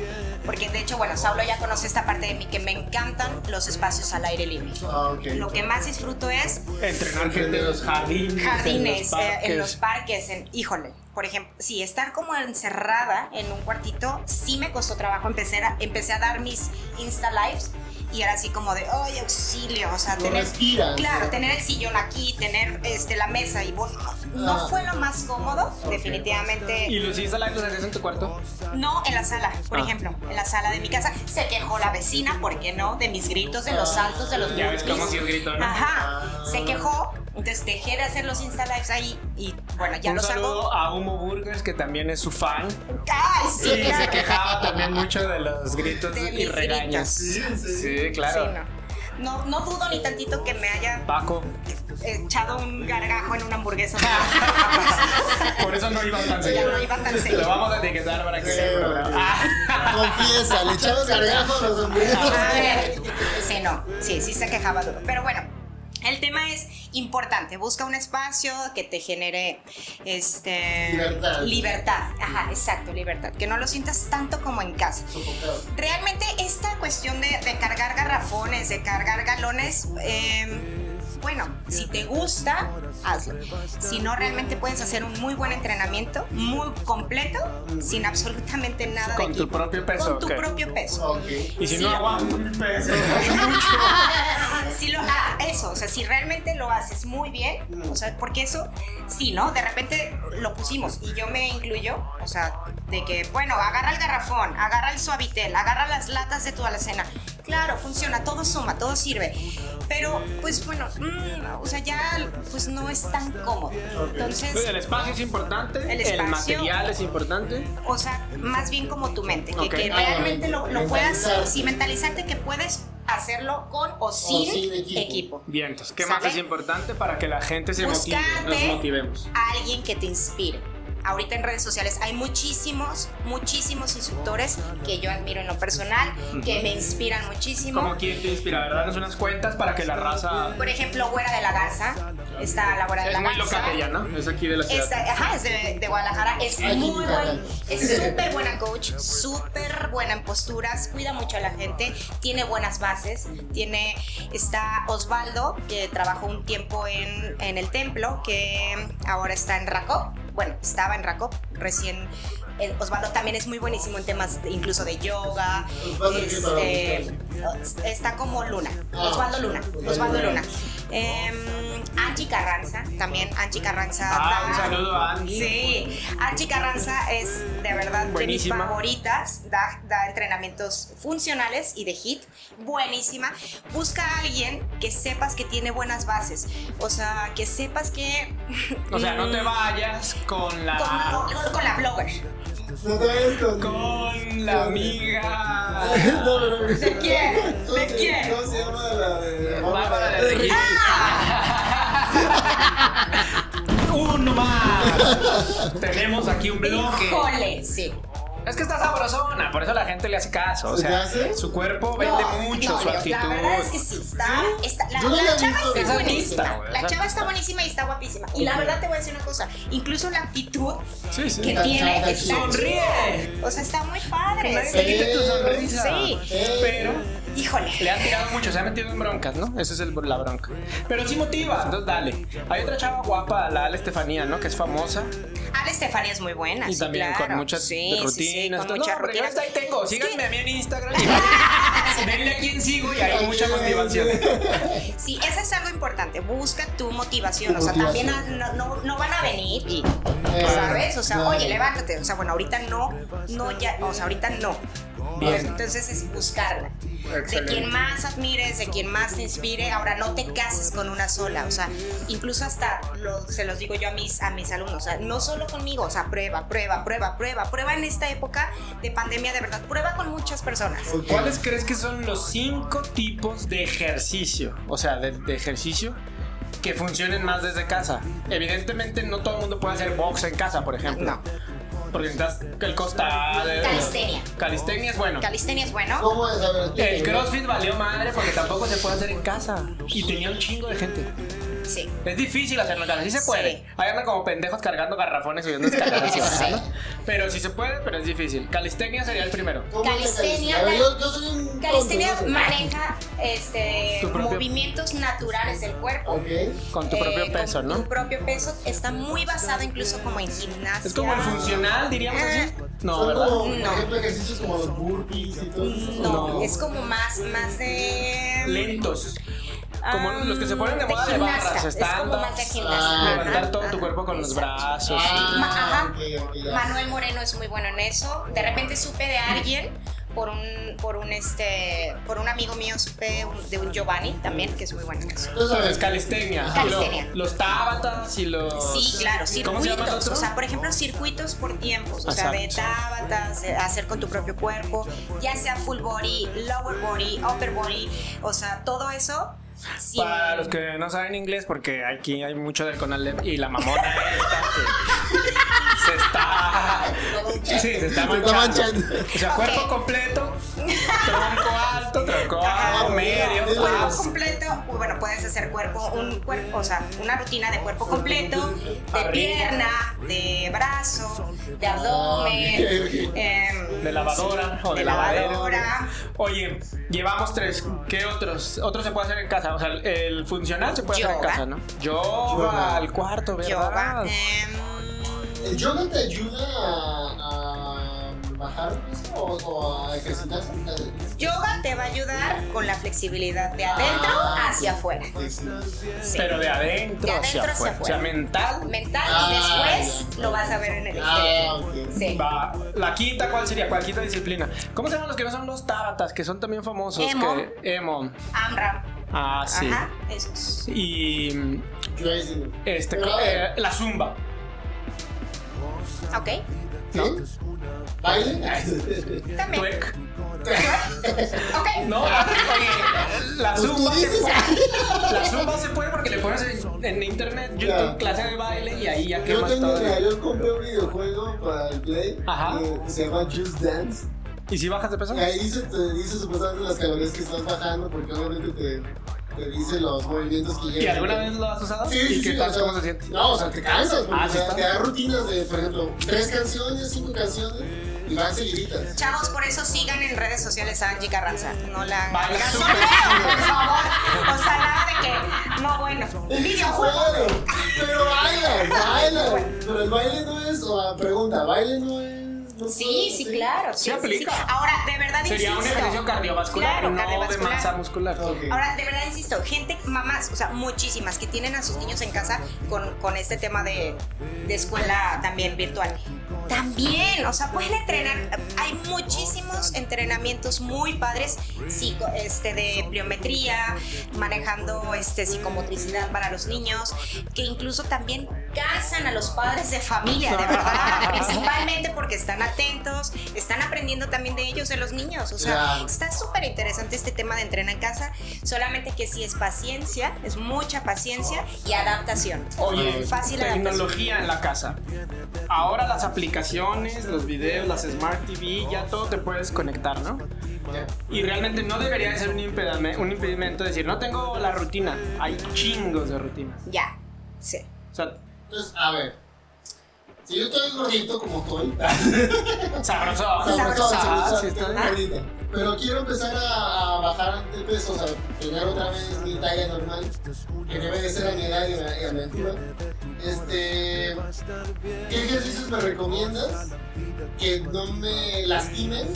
Speaker 4: Porque de hecho, bueno, Saulo ya conoce esta parte de mí que me encantan los espacios al aire libre.
Speaker 2: Ah, ok.
Speaker 4: Lo que más disfruto es
Speaker 3: Entrenar gente en los jardines.
Speaker 4: jardines, eh, en los
Speaker 3: parques.
Speaker 4: parques, en, híjole, por ejemplo, sí, estar como encerrada en un cuartito, sí me costó trabajo, empecé a, empecé a dar mis Insta Lives y era así como de, ay, auxilio, o sea,
Speaker 2: No
Speaker 4: tener,
Speaker 2: respiras.
Speaker 4: claro, tener el sillón aquí, tener este, la mesa y bueno,
Speaker 2: Ah.
Speaker 4: no fue lo más cómodo,
Speaker 3: ¿Y
Speaker 4: definitivamente,
Speaker 3: los instalas los haces en tu cuarto?
Speaker 4: no en la sala, por
Speaker 3: Ah.
Speaker 4: ejemplo, en la sala de mi casa, se quejó la vecina, ¿por qué no? De mis gritos, de los saltos, de los
Speaker 3: Ya ves cómo
Speaker 4: burpees.
Speaker 3: si es gritón.
Speaker 4: Ajá, se quejó, entonces dejé de hacer los Insta Lives ahí y bueno, ya
Speaker 3: Un
Speaker 4: los hago.
Speaker 3: saludo a Humo Burgers, que también es su fan.
Speaker 4: ¡Ay, sí!
Speaker 3: Y se
Speaker 4: claro.
Speaker 3: quejaba también mucho de los gritos
Speaker 4: De
Speaker 3: y
Speaker 4: mis
Speaker 3: regaños.
Speaker 4: gritos.
Speaker 3: Sí,
Speaker 4: Sí,
Speaker 3: claro.
Speaker 4: no. no. no dudo ni tantito que me haya
Speaker 3: Paco.
Speaker 4: echado un gargajo en una hamburguesa.
Speaker 3: Por eso no iba tan
Speaker 4: ya
Speaker 3: seguido.
Speaker 4: no iba tan
Speaker 3: Lo
Speaker 4: seguido.
Speaker 3: vamos a etiquetar para que
Speaker 2: Sí,
Speaker 3: se
Speaker 2: güey.
Speaker 3: Ah,
Speaker 2: Confiesa, le echabas gargajo a los
Speaker 4: A
Speaker 2: hombres.
Speaker 4: ver, sí, no, sí, sí se quejaba duro. Pero bueno, el tema es importante. Busca un espacio que te genere este,
Speaker 2: Libertad.
Speaker 4: libertad. Ajá, exacto, libertad. Que no lo sientas tanto como en casa.
Speaker 2: Sofocado.
Speaker 4: Realmente esta cuestión de, de cargar garrafones, de cargar galones, eh, bueno, si te gusta, hazlo. Si no, realmente puedes hacer un muy buen entrenamiento, muy completo, sin absolutamente nada
Speaker 3: Con
Speaker 4: de
Speaker 3: tu
Speaker 4: equipo.
Speaker 3: propio peso,
Speaker 4: Con tu
Speaker 3: ok.
Speaker 4: propio peso.
Speaker 2: Ok.
Speaker 3: Y si no
Speaker 4: Sí.
Speaker 3: aguanto mi peso.
Speaker 4: si lo, ah, eso, o sea, si realmente lo haces muy bien, o sea, porque eso, sí, ¿no? De repente lo pusimos y yo me incluyo, o sea, de que, bueno, agarra el garrafón, agarra el suavitel, agarra las latas de tu alacena. Claro, funciona, todo suma, todo sirve. Pero, pues bueno, mm, o sea, ya, pues no es tan cómodo. Entonces,
Speaker 3: Pues el espacio es importante,
Speaker 4: El
Speaker 3: el,
Speaker 4: espacio.
Speaker 3: material es importante.
Speaker 4: o sea, más bien como tu mente, que,
Speaker 3: Ok.
Speaker 4: que
Speaker 3: Ah,
Speaker 4: realmente lo, lo puedas,
Speaker 2: mentalizarte.
Speaker 4: sí, mentalizarte que puedes hacerlo con o sin,
Speaker 2: sin equipo.
Speaker 4: equipo.
Speaker 3: Bien, entonces, ¿qué
Speaker 4: ¿Sabe?
Speaker 3: más es importante para que la gente se motive, nos
Speaker 4: Buscate
Speaker 3: motivemos?
Speaker 4: a alguien que te inspire. Ahorita en redes sociales hay muchísimos, muchísimos instructores que yo admiro en lo personal, que me inspiran muchísimo.
Speaker 3: Como quien te inspira, ¿verdad? Danos unas cuentas para que la raza...
Speaker 4: Por ejemplo, Güera de la Garza. Está la Güera de
Speaker 3: Es
Speaker 4: la
Speaker 3: muy
Speaker 4: Garza.
Speaker 3: local ella, ¿no? Es aquí de la ciudad.
Speaker 4: Esta- ajá, es de, de Guadalajara, es
Speaker 2: Ay,
Speaker 4: muy
Speaker 2: Yucatán.
Speaker 4: buena, es súper buena coach, súper buena en posturas, cuida mucho a la gente, tiene buenas bases, tiene, está Osvaldo, que trabajó un tiempo en, en el templo, que ahora está en Racop, bueno, estaba en Racop, recién, eh, Osvaldo también es muy buenísimo en temas de- incluso de yoga,
Speaker 2: Osvaldo, ¿qué
Speaker 4: este, está como Luna,
Speaker 2: Ah,
Speaker 4: Osvaldo Luna,
Speaker 2: Osvaldo
Speaker 4: Osvaldo
Speaker 2: Luna.
Speaker 4: Luna. Em, Angie Carranza, también Angie Carranza.
Speaker 3: Ah,
Speaker 4: da-
Speaker 3: un saludo a Angie.
Speaker 4: Sí, Angie Carranza es de verdad
Speaker 3: Buenísima.
Speaker 4: de mis favoritas. Da, da entrenamientos funcionales y de hit. Buenísima. Busca a alguien que sepas que tiene buenas bases. O sea, que sepas que. mm,
Speaker 3: O sea, no te vayas con la...
Speaker 4: Con, con- con la blogger.
Speaker 2: No te ves con-
Speaker 3: Con la amiga.
Speaker 2: No, no, no.
Speaker 4: ¿De quién? ¿De
Speaker 2: ¿Cómo se-
Speaker 4: quién?
Speaker 2: ¿Cómo se llama la de
Speaker 3: Bárbara de
Speaker 2: Regil?
Speaker 3: Regil. Ah, Uno más. Tenemos aquí un bloque.
Speaker 4: Híjole, sí.
Speaker 3: Es que está sabrosona, por eso la gente le hace caso. O
Speaker 2: ¿Se te
Speaker 3: sea,
Speaker 2: hace?
Speaker 3: su cuerpo vende
Speaker 4: No,
Speaker 3: mucho,
Speaker 4: no,
Speaker 3: su
Speaker 4: Leo,
Speaker 3: actitud.
Speaker 4: La verdad es que sí, está. está- la
Speaker 2: Yo no la
Speaker 4: la
Speaker 2: he
Speaker 4: chava
Speaker 2: visto. Es
Speaker 4: está
Speaker 3: artista,
Speaker 4: buenísima.
Speaker 3: güey, es
Speaker 4: La chava
Speaker 3: artista.
Speaker 4: está buenísima y está guapísima. Y la verdad te voy a decir una cosa: incluso la actitud
Speaker 3: Sí, sí.
Speaker 4: que
Speaker 2: La chava
Speaker 4: tiene está
Speaker 2: chida.
Speaker 3: Sonríe.
Speaker 4: chida. O sea, está muy padre.
Speaker 3: Nadie
Speaker 4: sí.
Speaker 3: te quita tu sonrisa.
Speaker 4: Sí.
Speaker 3: Pero le
Speaker 4: Híjole.
Speaker 3: han tirado mucho, se ha metido en broncas, ¿no? Eso es el, la bronca. Pero sí motiva, entonces dale. Hay otra chava guapa, la Ale Estefanía, ¿no? Que es famosa.
Speaker 4: Ale Estefanía es muy buena.
Speaker 3: Y
Speaker 4: Ah, sí,
Speaker 3: también
Speaker 4: claro.
Speaker 3: con muchas
Speaker 4: Sí, sí,
Speaker 3: rutinas.
Speaker 4: sí, con
Speaker 3: todo.
Speaker 4: muchas
Speaker 3: No, hombre, yo
Speaker 4: rutinas.
Speaker 3: hasta ahí tengo.
Speaker 4: Es que-
Speaker 3: Síganme a mí en Instagram. y Denle a quien sigo y hay mucha motivación.
Speaker 4: Sí, eso es algo importante. Busca tu motivación. O sea,
Speaker 2: motivación.
Speaker 4: también ah, no, no- no van a venir y,
Speaker 2: Eh,
Speaker 4: ¿sabes? O sea,
Speaker 2: claro.
Speaker 4: oye, levántate. O sea, bueno, ahorita no, no ya, o sea, ahorita no.
Speaker 3: Bien.
Speaker 4: Entonces es buscarla. De
Speaker 3: Excelente.
Speaker 4: quien más admires, de quien más te inspire. Ahora no te cases con una sola. O sea, incluso hasta lo- se los digo yo a mis, a mis alumnos. O sea, no solo conmigo. O sea, prueba, prueba, prueba, prueba. Prueba en esta época de pandemia, de verdad. Prueba con muchas personas.
Speaker 2: Ok.
Speaker 3: ¿Cuáles crees que son los cinco tipos de ejercicio? O sea, de, de ejercicio que funcionen más desde casa. Evidentemente no todo el mundo puede hacer box en casa, por ejemplo.
Speaker 4: No.
Speaker 3: Porque necesitas el costado.
Speaker 4: Calistenia.
Speaker 3: Calistenia es bueno.
Speaker 4: Calistenia es bueno.
Speaker 2: ¿Cómo es? A ver,
Speaker 3: el CrossFit valió madre porque tampoco se puede hacer en casa. Y tenía un chingo de gente.
Speaker 4: Sí.
Speaker 3: Es difícil hacerlo en casa, sí se
Speaker 4: Sí.
Speaker 3: puede. Ahí andan como pendejos cargando garrafones subiendo escaleras y
Speaker 4: Sí.
Speaker 3: bajando. Pero sí se puede, pero es difícil. Calistenia sería el primero.
Speaker 2: ¿cómo es la
Speaker 4: Calistenia,
Speaker 2: A ver, yo, yo soy un tonto,
Speaker 4: Calistenia
Speaker 2: no sé.
Speaker 4: maneja este,
Speaker 3: Tu propio-
Speaker 4: movimientos naturales del cuerpo.
Speaker 2: Ok.
Speaker 3: Con tu
Speaker 4: Eh,
Speaker 3: propio
Speaker 4: con
Speaker 3: peso, ¿no?
Speaker 4: Tu propio peso está muy basado incluso como en gimnasia.
Speaker 3: Es como el funcional, diríamos
Speaker 4: Eh.
Speaker 3: así. No,
Speaker 2: Son
Speaker 3: ¿verdad?
Speaker 2: como, por
Speaker 4: No.
Speaker 2: ejemplo, ejercicios como los burpees y todo eso.
Speaker 4: No,
Speaker 3: No.
Speaker 4: es como más, más de.
Speaker 3: Lentos.
Speaker 4: ah,
Speaker 3: Como los que se ponen de moda de
Speaker 4: gimnasta,
Speaker 3: barras,
Speaker 4: Es como
Speaker 3: stand-ups.
Speaker 4: más de
Speaker 2: Ah,
Speaker 4: gimnasia.
Speaker 3: Levantar
Speaker 4: Ajá,
Speaker 3: todo tu
Speaker 4: ajá,
Speaker 3: cuerpo con los
Speaker 4: exacto. Ah.
Speaker 3: brazos.
Speaker 4: Ma- ajá.
Speaker 2: ok, ok, ya.
Speaker 4: Manuel Moreno es muy bueno en eso. De repente supe de alguien por un, por un este, por un amigo mío supe un- de un Giovanni también que es muy bueno en eso.
Speaker 2: Entonces, a ver,
Speaker 3: Entonces, calistenia.
Speaker 4: Calistenia.
Speaker 3: Y lo- los tábatas y los.
Speaker 4: Sí, claro,
Speaker 3: ¿Cómo se llama el
Speaker 4: circuitos.
Speaker 3: otro?
Speaker 4: O sea, por ejemplo, circuitos por tiempos. O sea, de
Speaker 3: Exacto.
Speaker 4: tábatas, de hacer con tu propio cuerpo, ya sea full body, lower body, upper body. O sea, todo eso. sin-
Speaker 3: Para los que no saben inglés, porque aquí hay mucho del Conalep y la mamona esta que se está. Sí, se está
Speaker 2: Se está
Speaker 3: manchando.
Speaker 2: manchando.
Speaker 3: O sea, cuerpo
Speaker 4: Ok.
Speaker 3: completo, tronco alto, tronco
Speaker 4: Ajá.
Speaker 3: bajo, medio, pues.
Speaker 2: Digo,
Speaker 4: Cuerpo
Speaker 3: base.
Speaker 4: completo, bueno, puedes hacer cuerpo, un cuerpo, o sea, una rutina de cuerpo completo, de
Speaker 3: Arriba.
Speaker 4: pierna, de brazo, de abdomen,
Speaker 2: ok.
Speaker 4: em,
Speaker 3: De lavadora o de,
Speaker 4: de
Speaker 3: lavadero.
Speaker 4: lavadora.
Speaker 3: Oye, llevamos tres. ¿Qué otros? Otro se puede hacer en casa. O sea, el funcional se puede hacer en
Speaker 4: Yoga. eh,
Speaker 3: casa, ¿no? Yoga,
Speaker 2: Yoga.
Speaker 3: al cuarto, ¿verdad?
Speaker 4: yoga. em,
Speaker 2: El yoga te ayuda a, a bajar trabajar eso o, o a ejercitarse?
Speaker 4: Yoga te va a ayudar con la flexibilidad de adentro
Speaker 2: Ah,
Speaker 4: hacia afuera.
Speaker 2: Excelente.
Speaker 4: Sí.
Speaker 3: Pero de adentro,
Speaker 4: De
Speaker 3: hacia
Speaker 4: adentro hacia
Speaker 3: afuera. O sea,
Speaker 4: afuera.
Speaker 3: mental.
Speaker 4: Mental
Speaker 2: Ah,
Speaker 4: y después
Speaker 2: ya.
Speaker 4: lo vas a ver en el
Speaker 2: Ah,
Speaker 4: exterior.
Speaker 2: ok.
Speaker 4: Sí.
Speaker 3: Va. La quinta, ¿cuál sería? ¿Cuál quinta disciplina? ¿Cómo se llaman los que no son los tábatas? Que son también famosos.
Speaker 4: Emo.
Speaker 3: Que, emo.
Speaker 4: Amram.
Speaker 3: Ah, sí.
Speaker 4: Ajá, esos.
Speaker 3: Y mm,
Speaker 2: Crazy.
Speaker 3: este,
Speaker 2: Pero a
Speaker 3: co-
Speaker 2: ver,
Speaker 3: eh, la zumba.
Speaker 4: Ok.
Speaker 2: ¿sí? ¿Baile?
Speaker 4: También.
Speaker 3: Twerk.
Speaker 4: Ok.
Speaker 3: No, oye, la
Speaker 2: Pues tú
Speaker 3: zumba se
Speaker 2: dices.
Speaker 3: puede. La zumba se puede porque le pones en, en internet YouTube
Speaker 2: Ya.
Speaker 3: clase de baile y ahí ya
Speaker 2: Yo
Speaker 3: quemas
Speaker 2: tengo,
Speaker 3: todo.
Speaker 2: mira, yo compré un videojuego para el Play.
Speaker 3: Ajá. Ah.
Speaker 2: eh, se llama Just Dance.
Speaker 3: ¿Y si bajas de peso?
Speaker 2: Y ahí dice, te dice supuestamente las calorías que estás bajando, porque obviamente te, te dice los movimientos que llegas.
Speaker 3: ¿Y alguna
Speaker 2: a hacer.
Speaker 3: vez lo has usado?
Speaker 2: Sí, sí,
Speaker 3: ¿Y qué
Speaker 2: sí,
Speaker 3: tal?
Speaker 2: o sea,
Speaker 3: ¿Cómo se siente?
Speaker 2: No, o sea, te cansas, porque
Speaker 3: Ah,
Speaker 2: o
Speaker 3: sí
Speaker 2: sea,
Speaker 3: está.
Speaker 2: te da rutinas de, por ejemplo, tres canciones, cinco canciones, y van seguiditas.
Speaker 4: Chavos, por eso sigan en redes sociales a Angie Carranza. No la hagan
Speaker 3: Baila
Speaker 4: caso,
Speaker 3: súper
Speaker 4: pero, por favor. O sea, nada de que. No, bueno. Un videojuego.
Speaker 2: Bueno, pero baila, baila. Pero el baile no es, o sea, pregunta, baile no es. no
Speaker 4: Sí,
Speaker 2: puedo,
Speaker 4: sí, claro.
Speaker 3: Sí aplica.
Speaker 4: Ahora, de verdad
Speaker 3: Sería un
Speaker 4: insisto.
Speaker 3: ejercicio cardiovascular,
Speaker 4: Claro,
Speaker 3: no
Speaker 4: cardiovascular.
Speaker 3: de masa muscular.
Speaker 2: Ok.
Speaker 4: Ahora, de verdad insisto, gente, mamás, o sea, muchísimas que tienen a sus niños en casa con, con este tema de, de escuela también virtual. También, o sea, pueden entrenar. Hay muchísimos entrenamientos muy padres psico, este, de pliometría, manejando este, psicomotricidad para los niños, que incluso también casan a los padres de familia, de verdad. principalmente porque están atentos, están aprendiendo también de ellos, de los niños. O sea,
Speaker 2: Claro.
Speaker 4: Está súper interesante este tema de entrenar en casa, solamente que sí es paciencia, es mucha paciencia y adaptación.
Speaker 3: Oye,
Speaker 4: fácil adaptación.
Speaker 3: tecnología en la casa. Ahora las aplicaciones, los videos, las Smart TV, ya todo te puedes conectar, ¿no?
Speaker 2: Ya.
Speaker 3: Y realmente no debería de ser un impedimento, un impedimento decir, no tengo la rutina. Hay chingos de rutinas.
Speaker 4: Ya, sí.
Speaker 3: O sea,
Speaker 2: Entonces, a ver. Si yo estoy gordito como estoy,
Speaker 3: sabroso.
Speaker 2: sabrosón,
Speaker 3: Ah,
Speaker 2: sabrosón,
Speaker 3: sí, está bien.
Speaker 2: estoy gordito. pero quiero empezar a, a bajar de peso, o sea, tener otra vez mi talla normal, que debe de ser a mi edad y a, y a mi altura. Este, ¿Qué ejercicios me recomiendas que no me lastimen?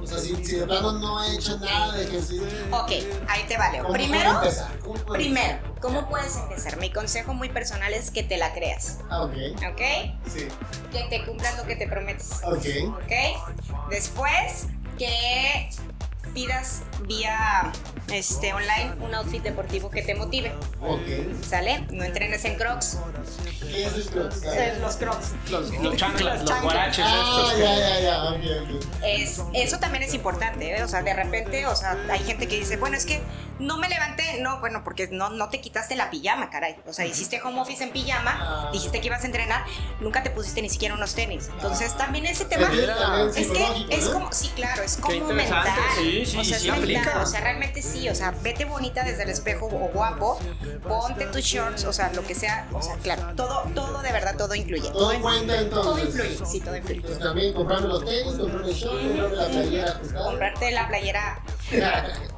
Speaker 2: O sea, si, si de plano no he hecho nada de ejercicio,
Speaker 4: Ok, ahí te vale.
Speaker 2: ¿cómo
Speaker 4: Primero,
Speaker 2: puedo empezar? ¿Cómo puedo
Speaker 4: primero, ¿cómo puedes empezar? Mi consejo muy personal es que te la creas,
Speaker 2: Ah, ok,
Speaker 4: ¿ok?
Speaker 2: sí,
Speaker 4: Que te cumplan lo que te prometes,
Speaker 2: ok.
Speaker 4: ¿ok? Después, que pidas vía este, online un outfit deportivo que te motive,
Speaker 2: Ok,
Speaker 4: ¿sale? No entrenes en crocs,
Speaker 2: ¿qué es esto?
Speaker 4: eh, los crocs.
Speaker 3: Los, los chanclas, los
Speaker 4: chanclas.
Speaker 3: guaraches.
Speaker 2: Ah,
Speaker 3: estos que-
Speaker 2: ya, ya, ya, ok, ok.
Speaker 4: es, eso también es importante, ¿eh? o sea, de repente, o sea, hay gente que dice, bueno, es que no me levanté, no, bueno, porque no, no te quitaste la pijama, caray, o sea, hiciste home office en pijama,
Speaker 2: Ah.
Speaker 4: dijiste que ibas a entrenar, nunca te pusiste ni siquiera unos tenis, entonces también ese tema...
Speaker 2: Ah. Sí, también
Speaker 4: Es que
Speaker 2: psicológico,
Speaker 4: es
Speaker 2: ¿no?
Speaker 4: como, sí, claro, es como
Speaker 3: interesante,
Speaker 4: mental.
Speaker 3: sí, sí,
Speaker 4: o sea,
Speaker 3: y sí
Speaker 4: es mental,
Speaker 3: aplica.
Speaker 4: O sea, realmente sí, o sea, vete bonita desde el espejo o guapo, ponte tus shorts, o sea, lo que sea, o sea, claro, todo, todo de verdad, todo incluye.
Speaker 2: Todo cuenta
Speaker 4: Todo
Speaker 2: entonces.
Speaker 4: influye, sí, todo influye.
Speaker 2: Pues también comprarme los tenis, comprarme el short, comprarme la playera ajustada.
Speaker 4: Comprarte la playera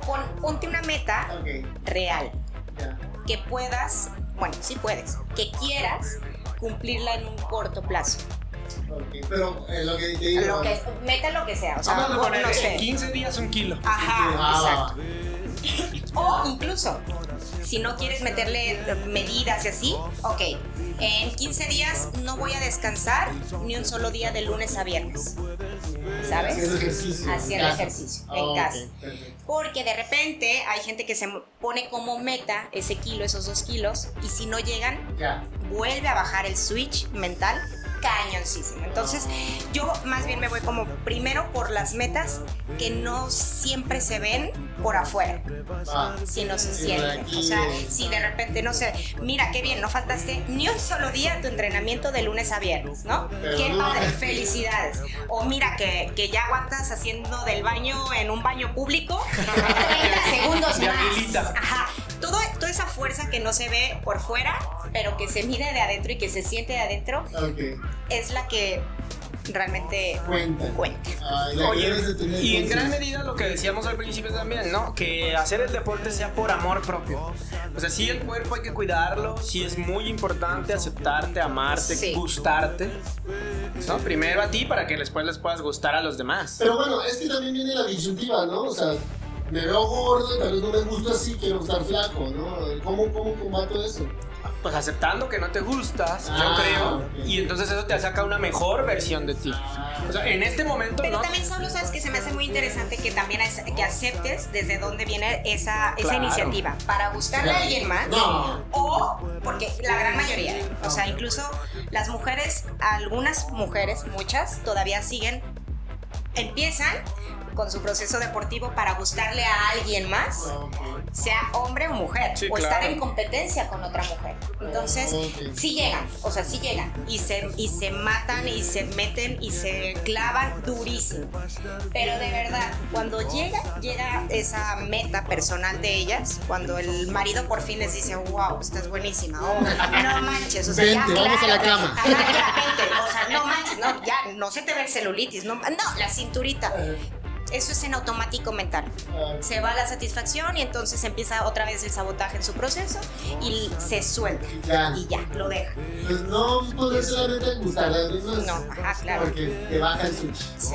Speaker 4: Pon- ponte una meta
Speaker 2: ok,
Speaker 4: real
Speaker 2: ya.
Speaker 4: que puedas, bueno, si puedes, que quieras cumplirla en un corto plazo.
Speaker 2: Ok, pero eh, lo que te digo.
Speaker 4: Lo que, meta lo que sea, o sea,
Speaker 3: Vamos a
Speaker 4: Ah, no-
Speaker 3: poner
Speaker 4: no
Speaker 3: en
Speaker 4: sé.
Speaker 3: 15 días un kilo.
Speaker 4: Ajá,
Speaker 2: Ah,
Speaker 4: exacto. O incluso, si no quieres meterle eh, medidas y así, ok, en 15 días no voy a descansar ni un solo día de lunes a viernes. ¿Sabes?
Speaker 2: Haciendo ejercicio. en
Speaker 4: Haciendo
Speaker 2: casa.
Speaker 4: ejercicio,
Speaker 2: Ah,
Speaker 4: en
Speaker 2: ok,
Speaker 4: casa.
Speaker 2: perfecto.
Speaker 4: Porque de repente hay gente que se pone como meta ese kilo, esos dos kilos, y si no llegan,
Speaker 2: Ya.
Speaker 4: vuelve a bajar el switch mental cañoncísimo. Entonces, yo más bien me voy como primero por las metas que no siempre se ven por afuera,
Speaker 2: Va.
Speaker 4: sino se
Speaker 2: Sí,
Speaker 4: sienten.
Speaker 2: aquí
Speaker 4: O sea,
Speaker 2: es.
Speaker 4: si de repente, no sé, mira qué bien, no faltaste ni un solo día a tu entrenamiento de lunes a viernes, ¿no?
Speaker 2: Pero
Speaker 4: qué
Speaker 2: no.
Speaker 4: padre, felicidades. O mira que, que ya aguantas haciendo del baño en un baño público 30 segundos
Speaker 3: De
Speaker 4: más.
Speaker 3: habilita.
Speaker 4: Ajá. Todo, toda esa fuerza que no se ve por fuera, pero que se mide de adentro y que se siente de adentro,
Speaker 2: Ok.
Speaker 4: es la que realmente
Speaker 2: Cuenta.
Speaker 4: cuenta.
Speaker 2: Ay, la
Speaker 3: Oye,
Speaker 2: debes de tener
Speaker 3: y en gran
Speaker 2: conciencia.
Speaker 3: medida lo que decíamos al principio también, ¿no? Que hacer el deporte sea por amor propio. O sea, sí el cuerpo hay que cuidarlo, sí es muy importante aceptarte, amarte,
Speaker 4: Sí.
Speaker 3: gustarte. ¿No? Primero a ti para que después les puedas gustar a los demás.
Speaker 2: Pero bueno, es que también viene la disyuntiva, ¿no? O sea, me veo gordo, tal vez no me gusta así, quiero estar flaco, ¿no? ¿Cómo, cómo combato eso?
Speaker 3: Pues aceptando que no te gustas,
Speaker 2: Ah,
Speaker 3: yo creo,
Speaker 2: ok.
Speaker 3: y entonces eso te saca una mejor versión de ti. O sea, en este momento
Speaker 4: Pero
Speaker 3: no.
Speaker 4: también, Saulo, sabes que se me hace muy interesante que también es- que aceptes desde dónde viene esa, esa
Speaker 3: Claro.
Speaker 4: iniciativa. Para gustarle a alguien más.
Speaker 2: No.
Speaker 4: O, porque la gran mayoría, o sea, incluso las mujeres, algunas mujeres, muchas, todavía siguen, empiezan con su proceso deportivo para gustarle a alguien más,
Speaker 2: Ah,
Speaker 4: sea hombre o mujer,
Speaker 3: Sí,
Speaker 4: o estar
Speaker 3: claro.
Speaker 4: en competencia con otra mujer. Entonces,
Speaker 2: Ah, Ok.
Speaker 4: sí llegan, o sea, sí llegan, y se, y se matan, y se meten, y se clavan durísimo. Pero de verdad, cuando llega, llega esa meta personal de ellas, cuando el marido por fin les dice, wow, estás buenísima, oh, no manches, o sea, ya,
Speaker 2: Vente, vamos a la
Speaker 4: claro,
Speaker 2: cama.
Speaker 4: ajá, ya, vente, o sea, no manches, no, ya, no se te ve el celulitis, no, no, la cinturita. Eso es en automático mental. Se va la satisfacción y entonces empieza otra vez el sabotaje en su proceso y se suelta
Speaker 2: Ya.
Speaker 4: y ya, lo deja.
Speaker 2: Pues no puedes solamente gustar a alguien más.
Speaker 4: No, ajá, claro.
Speaker 2: Porque te baja el switch.
Speaker 4: Sí.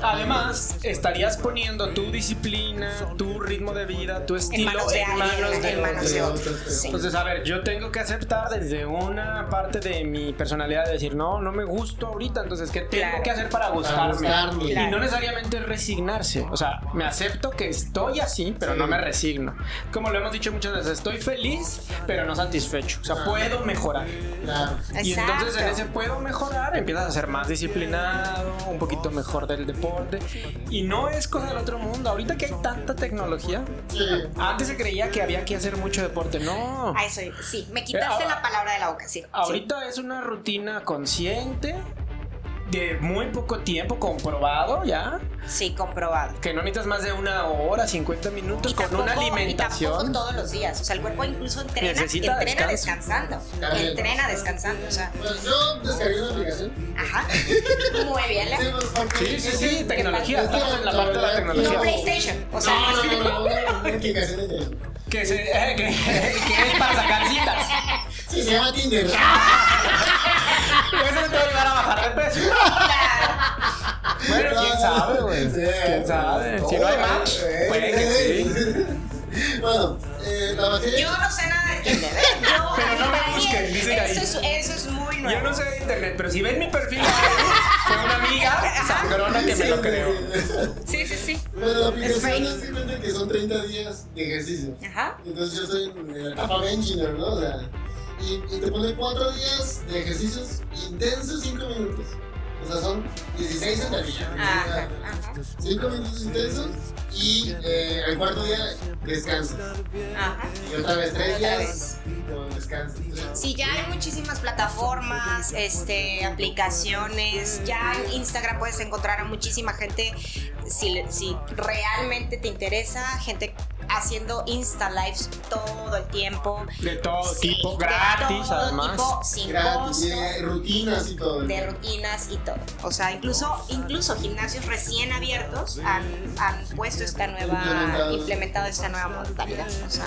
Speaker 3: Además, estarías poniendo tu disciplina, tu ritmo de vida, tu estilo
Speaker 4: En manos de alguien, en manos de
Speaker 3: otro.
Speaker 4: otro. Sí.
Speaker 3: Entonces, a ver, yo tengo que aceptar desde una parte de mi personalidad de decir, no, no me gusto ahorita, entonces, ¿qué tengo
Speaker 4: Claro.
Speaker 3: que hacer para
Speaker 2: Para
Speaker 3: gustarme?
Speaker 2: gustarme.
Speaker 4: Claro.
Speaker 3: Y no necesariamente resignarse. O sea, me acepto que estoy así, pero
Speaker 2: Sí.
Speaker 3: no me resigno. Como lo hemos dicho muchas veces, estoy feliz, pero no satisfecho. O
Speaker 2: Ah.
Speaker 3: sea, puedo mejorar.
Speaker 2: Claro.
Speaker 3: Y entonces en
Speaker 4: Exacto.
Speaker 3: ese puedo mejorar, empiezas a ser más disciplinado, un poquito mejor del deporte. Y no es cosa del otro mundo. Ahorita que hay tanta tecnología,
Speaker 2: Sí.
Speaker 3: antes se creía que había que hacer mucho deporte. No.
Speaker 4: A eso, sí, me quitaste
Speaker 3: Eh, ah,
Speaker 4: la palabra de la boca, sí. sí.
Speaker 3: Ahorita es una rutina consciente, de muy poco tiempo, comprobado ya.
Speaker 4: Sí, comprobado.
Speaker 3: Que no necesitas más de una hora, 50 minutos
Speaker 4: Y
Speaker 3: Pues con
Speaker 4: tampoco-
Speaker 3: una
Speaker 4: Y
Speaker 3: alimentación.
Speaker 4: tampoco todos los días. O sea, el cuerpo incluso entrena,
Speaker 3: Necesita
Speaker 4: entrena
Speaker 3: descanso.
Speaker 4: descansando.
Speaker 2: Claro.
Speaker 4: Entrena descansando. O sea,
Speaker 2: Bueno, pues yo descargué una aplicación.
Speaker 4: ajá. Muy bien,
Speaker 2: Sí,
Speaker 4: Leo.
Speaker 2: pues, porque-
Speaker 3: Sí, sí, sí, tecnología.
Speaker 2: Es que
Speaker 3: Estamos en la parte de la
Speaker 2: verdad,
Speaker 4: No
Speaker 3: tecnología.
Speaker 4: PlayStation. O sea,
Speaker 2: No, no, no, no, una una aplicación de teléfono.
Speaker 3: Que, se- que- que es para sacar citas.
Speaker 2: Sí, se llama Tinder.
Speaker 3: Eso no te va a ayudar a bajar de peso. Bueno, quién sabe, güey.
Speaker 2: Ah, Sí.
Speaker 3: Quién sabe. Si no hay match,
Speaker 2: Eh,
Speaker 3: puede que
Speaker 2: eh.
Speaker 3: sí.
Speaker 2: Bueno, eh, la bajé.
Speaker 4: Yo no sé nada de Tinder, ¿eh? Yo,
Speaker 3: Pero no me
Speaker 4: Daniel,
Speaker 3: busquen, dicen ahí.
Speaker 4: Eso es, eso es muy nuevo.
Speaker 3: Yo no sé de internet, pero si ven mi perfil, fue una amiga sangrona que me lo creo.
Speaker 4: Sí, sí, sí.
Speaker 2: Pero la aplicación
Speaker 4: fake.
Speaker 2: nos di cuenta que son 30 días de ejercicio.
Speaker 4: Ajá.
Speaker 2: Entonces yo estoy en el etapa benchinner, ¿no? O sea, y, y te pone 4 días de ejercicios intensos, 5 minutos. O sea, son 16 sentadillas.
Speaker 4: Ajá, ajá,
Speaker 2: 5 minutos intensos y eh, al cuarto día descansas.
Speaker 4: ajá.
Speaker 2: Y otra vez 3
Speaker 4: Otra
Speaker 2: días no, descansas. Entonces,
Speaker 4: Sí, ya hay muchísimas plataformas, este, aplicaciones. Ya en Instagram puedes encontrar a muchísima gente si, si realmente te interesa, gente haciendo Insta lives todo el tiempo.
Speaker 3: De todo
Speaker 4: Sí,
Speaker 3: tipo,
Speaker 4: de
Speaker 3: gratis
Speaker 4: todo
Speaker 3: además.
Speaker 4: tipo, sin
Speaker 2: Gratis,
Speaker 4: costo,
Speaker 2: eh, rutinas y todo.
Speaker 4: de rutinas y todo. O sea, incluso, incluso gimnasios recién abiertos han, han puesto esta nueva,
Speaker 2: Implementados.
Speaker 4: implementado esta nueva modalidad. O sea,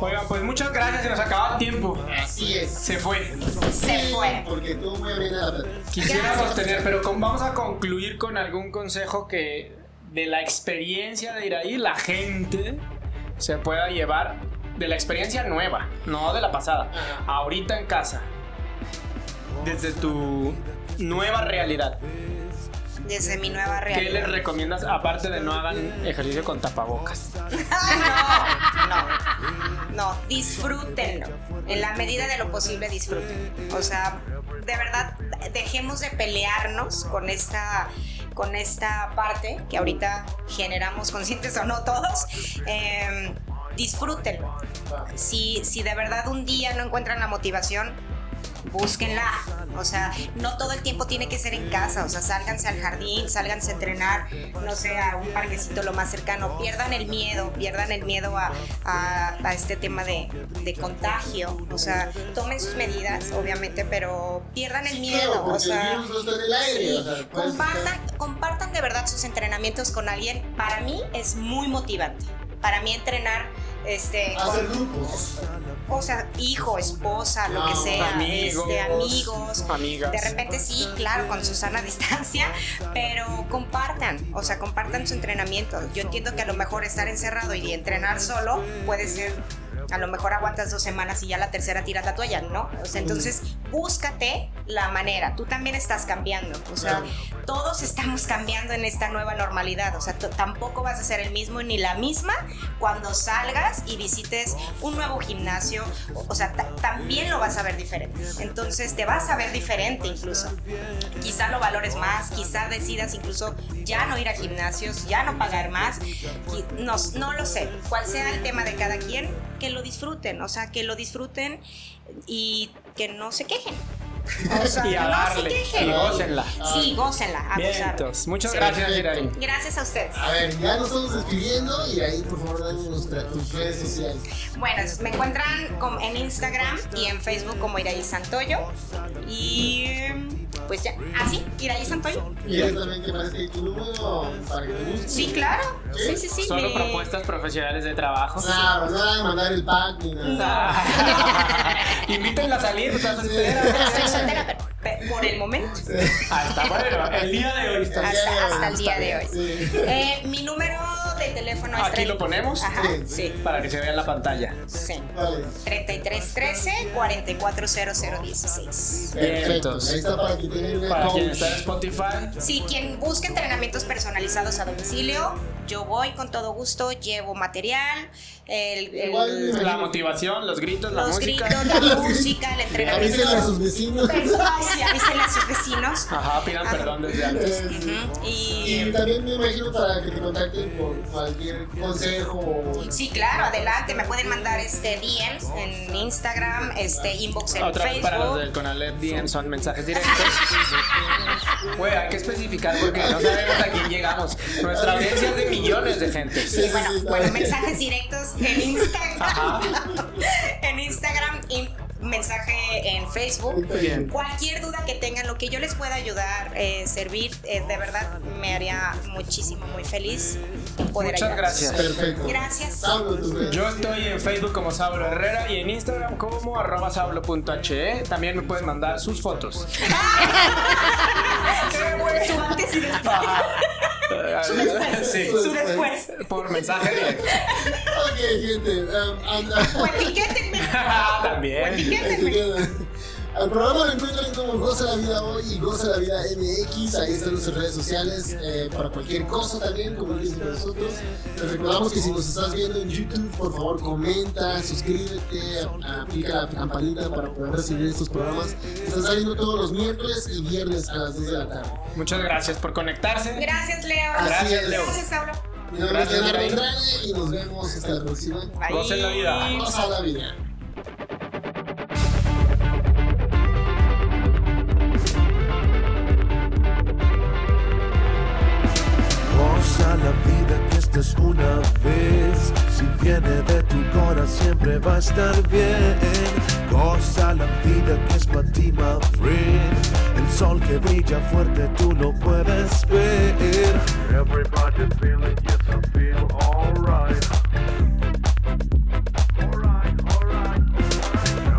Speaker 3: Oigan, pues muchas gracias, se nos acabó el tiempo.
Speaker 2: Así es.
Speaker 3: Se fue.
Speaker 4: se
Speaker 2: Sí,
Speaker 4: fue.
Speaker 2: Porque tú muy bien a la plata.
Speaker 3: Quisiéramos
Speaker 4: Gracias.
Speaker 3: tener, pero con- vamos a concluir con algún consejo que de la experiencia de ir ahí la gente se pueda llevar de la experiencia nueva, no de la pasada,
Speaker 2: Ajá.
Speaker 3: ahorita en casa, desde tu nueva realidad.
Speaker 4: Desde mi nueva
Speaker 3: ¿Qué les
Speaker 4: realidad.
Speaker 3: recomiendas aparte de no hagan ejercicio con tapabocas?
Speaker 4: Ay, Ah, no, no, no, disfrútenlo. En la medida de lo posible, disfruten. O sea, de verdad, dejemos de pelearnos con esta con esta parte que ahorita generamos conscientes o no todos. Eh, disfrútenlo. Si, si de verdad un día no encuentran la motivación, búsquenla. O sea, no todo el tiempo tiene que ser en casa. O sea, sálganse al jardín, sálganse a entrenar, no sé, a un parquecito lo más cercano. Pierdan el miedo, pierdan el miedo a, a- a este tema de, de contagio. O sea, tomen sus medidas, obviamente, pero pierdan el miedo.
Speaker 2: porque
Speaker 4: O sea,
Speaker 2: el virus no está en el aire.
Speaker 4: Sí,
Speaker 2: o sea, puedes
Speaker 4: compartan,
Speaker 2: estar-
Speaker 4: compartan de verdad sus entrenamientos con alguien. Para mí es muy motivante. Para mí entrenar, este,
Speaker 2: hacer
Speaker 4: con-
Speaker 2: grupos.
Speaker 4: o sea, hijo, esposa, lo que
Speaker 2: Claro,
Speaker 4: sea,
Speaker 3: amigos,
Speaker 4: este, amigos,
Speaker 3: amigas.
Speaker 4: de repente sí, claro, con su sana distancia, pero compartan, o sea, compartan su entrenamiento. Yo entiendo que a lo mejor estar encerrado y entrenar solo puede ser, a lo mejor aguantas dos semanas y ya la tercera tiras la toalla, ¿no? O sea, entonces búscate la manera, tú también estás cambiando, o sea, todos estamos cambiando en esta nueva normalidad, o sea, tú tampoco vas a ser el mismo ni la misma cuando salgas y visites un nuevo gimnasio, o- o sea, ta- también lo vas a ver diferente. Entonces te vas a ver diferente incluso. Quizá lo valores más, quizá decidas incluso ya no ir a gimnasios, ya no pagar más, qui- no, no lo sé. Cuál sea el tema de cada quien, que lo disfruten, o sea, que lo disfruten y que no se quejen. O sea,
Speaker 3: Y a
Speaker 4: no
Speaker 3: darle,
Speaker 4: se quejen.
Speaker 3: y gócenla.
Speaker 4: Sí, gócenla, a gozar.
Speaker 3: Vientos. Muchas
Speaker 4: Sí.
Speaker 3: gracias, Iraí.
Speaker 4: Gracias a ustedes.
Speaker 2: A ver, ya nos estamos despidiendo y ahí por favor danos nuestra- tus redes sociales.
Speaker 4: Bueno, es- me encuentran com- en Instagram y en Facebook como Iraí Santoyo. Y em, pues ya, así, Iraí Santoyo.
Speaker 2: ¿Quieres también que parezca tu número para que te guste?
Speaker 4: Sí, claro. Sí, sí, sí.
Speaker 3: Solo
Speaker 4: me-
Speaker 3: propuestas profesionales de trabajo.
Speaker 2: Claro, nada de mandar el pack ni nada.
Speaker 3: Ah. Invítenla a salir, estás entera.
Speaker 4: Estoy soltera, pero pe- por el momento.
Speaker 3: Ah, está bueno. El día de hoy está.
Speaker 4: Hasta, hasta el día de hoy.
Speaker 2: Sí.
Speaker 4: Eh, mi número de teléfono es.
Speaker 3: Aquí
Speaker 4: tre-
Speaker 3: lo ponemos.
Speaker 4: Ajá, sí,
Speaker 3: Para que se vea en la pantalla.
Speaker 4: sí.
Speaker 2: Vale.
Speaker 4: 3313 440016.
Speaker 2: Perfecto. Ahí está para que tengan una
Speaker 3: Para
Speaker 2: coach.
Speaker 3: quien está en Spotify.
Speaker 4: Sí, quien busque entrenamientos personalizados a domicilio, yo voy con todo gusto, llevo material, el, el-
Speaker 2: Igual, me
Speaker 3: La
Speaker 2: imagino-
Speaker 3: motivación, los gritos, la
Speaker 4: los
Speaker 3: música.
Speaker 4: gritos, la música, el entrenamiento.
Speaker 2: Avísenle a sus vecinos.
Speaker 4: Ay, sí, avísenle a sus vecinos.
Speaker 3: Ajá, pidan
Speaker 4: Ah.
Speaker 3: perdón desde antes.
Speaker 2: Eh,
Speaker 4: Ujú,
Speaker 2: Y
Speaker 4: Y
Speaker 2: también me imagino para que te contacten por cualquier consejo. o-
Speaker 4: sí, claro, adelante, me pueden mandar este DMs en Instagram, este inbox en
Speaker 3: Ah, Otra vez para los
Speaker 4: Facebook.
Speaker 3: del Conalep DM son mensajes directos. Güey, hay que especificar porque no sabemos a quién llegamos. Nuestra audiencia es de millones de gente.
Speaker 2: Sí, sí,
Speaker 4: Bueno,
Speaker 2: sí, está
Speaker 4: bueno,
Speaker 2: bien.
Speaker 4: mensajes directos en Instagram. en Instagram y mensaje en Facebook.
Speaker 3: Bien.
Speaker 4: Cualquier duda que tengan, lo que yo les pueda ayudar, eh, servir, eh, de verdad me haría muchísimo, muy feliz poder
Speaker 3: Muchas
Speaker 4: ayudarlos.
Speaker 3: gracias.
Speaker 2: Perfecto. pues.
Speaker 4: Gracias.
Speaker 2: Saulo, tus redes.
Speaker 3: Yo estoy en Facebook como Sablo Herrera y en Instagram como arroba sablo.he. E. También me pueden mandar sus fotos.
Speaker 4: Su antes y después.
Speaker 3: Sí,
Speaker 4: Su después.
Speaker 3: por mensaje directo.
Speaker 2: Ok, gente. um,
Speaker 4: O
Speaker 2: anda-
Speaker 4: etiquétenme.
Speaker 3: También.
Speaker 4: Etiquétenme.
Speaker 2: Al programa lo encuentran como Goza la Vida Hoy y Goza la Vida MX. Ahí están nuestras redes sociales eh, para cualquier cosa también, comuníquense con nosotros. Les recordamos que si nos estás viendo en YouTube, por favor comenta, suscríbete, a- aplica la campanita para poder recibir estos programas. Están saliendo todos los miércoles y viernes a las 2 de la tarde.
Speaker 3: Muchas gracias por conectarse.
Speaker 4: Gracias, Leo.
Speaker 2: Gracias,
Speaker 4: Gracias,
Speaker 2: Leo.
Speaker 4: Saulo.
Speaker 2: Mi nombre es
Speaker 3: Gracias,
Speaker 2: Leonardo
Speaker 3: Mirai.
Speaker 2: Andrade y nos vemos hasta la próxima.
Speaker 4: Bye.
Speaker 3: Gocen la vida.
Speaker 2: Goza la Vida.
Speaker 1: Goza la vida que esta es una vez. Si viene de tu cora siempre va a estar bien. Goza la vida que es para ti, my friend. El sol que brilla fuerte tú lo puedes ver. Everybody feel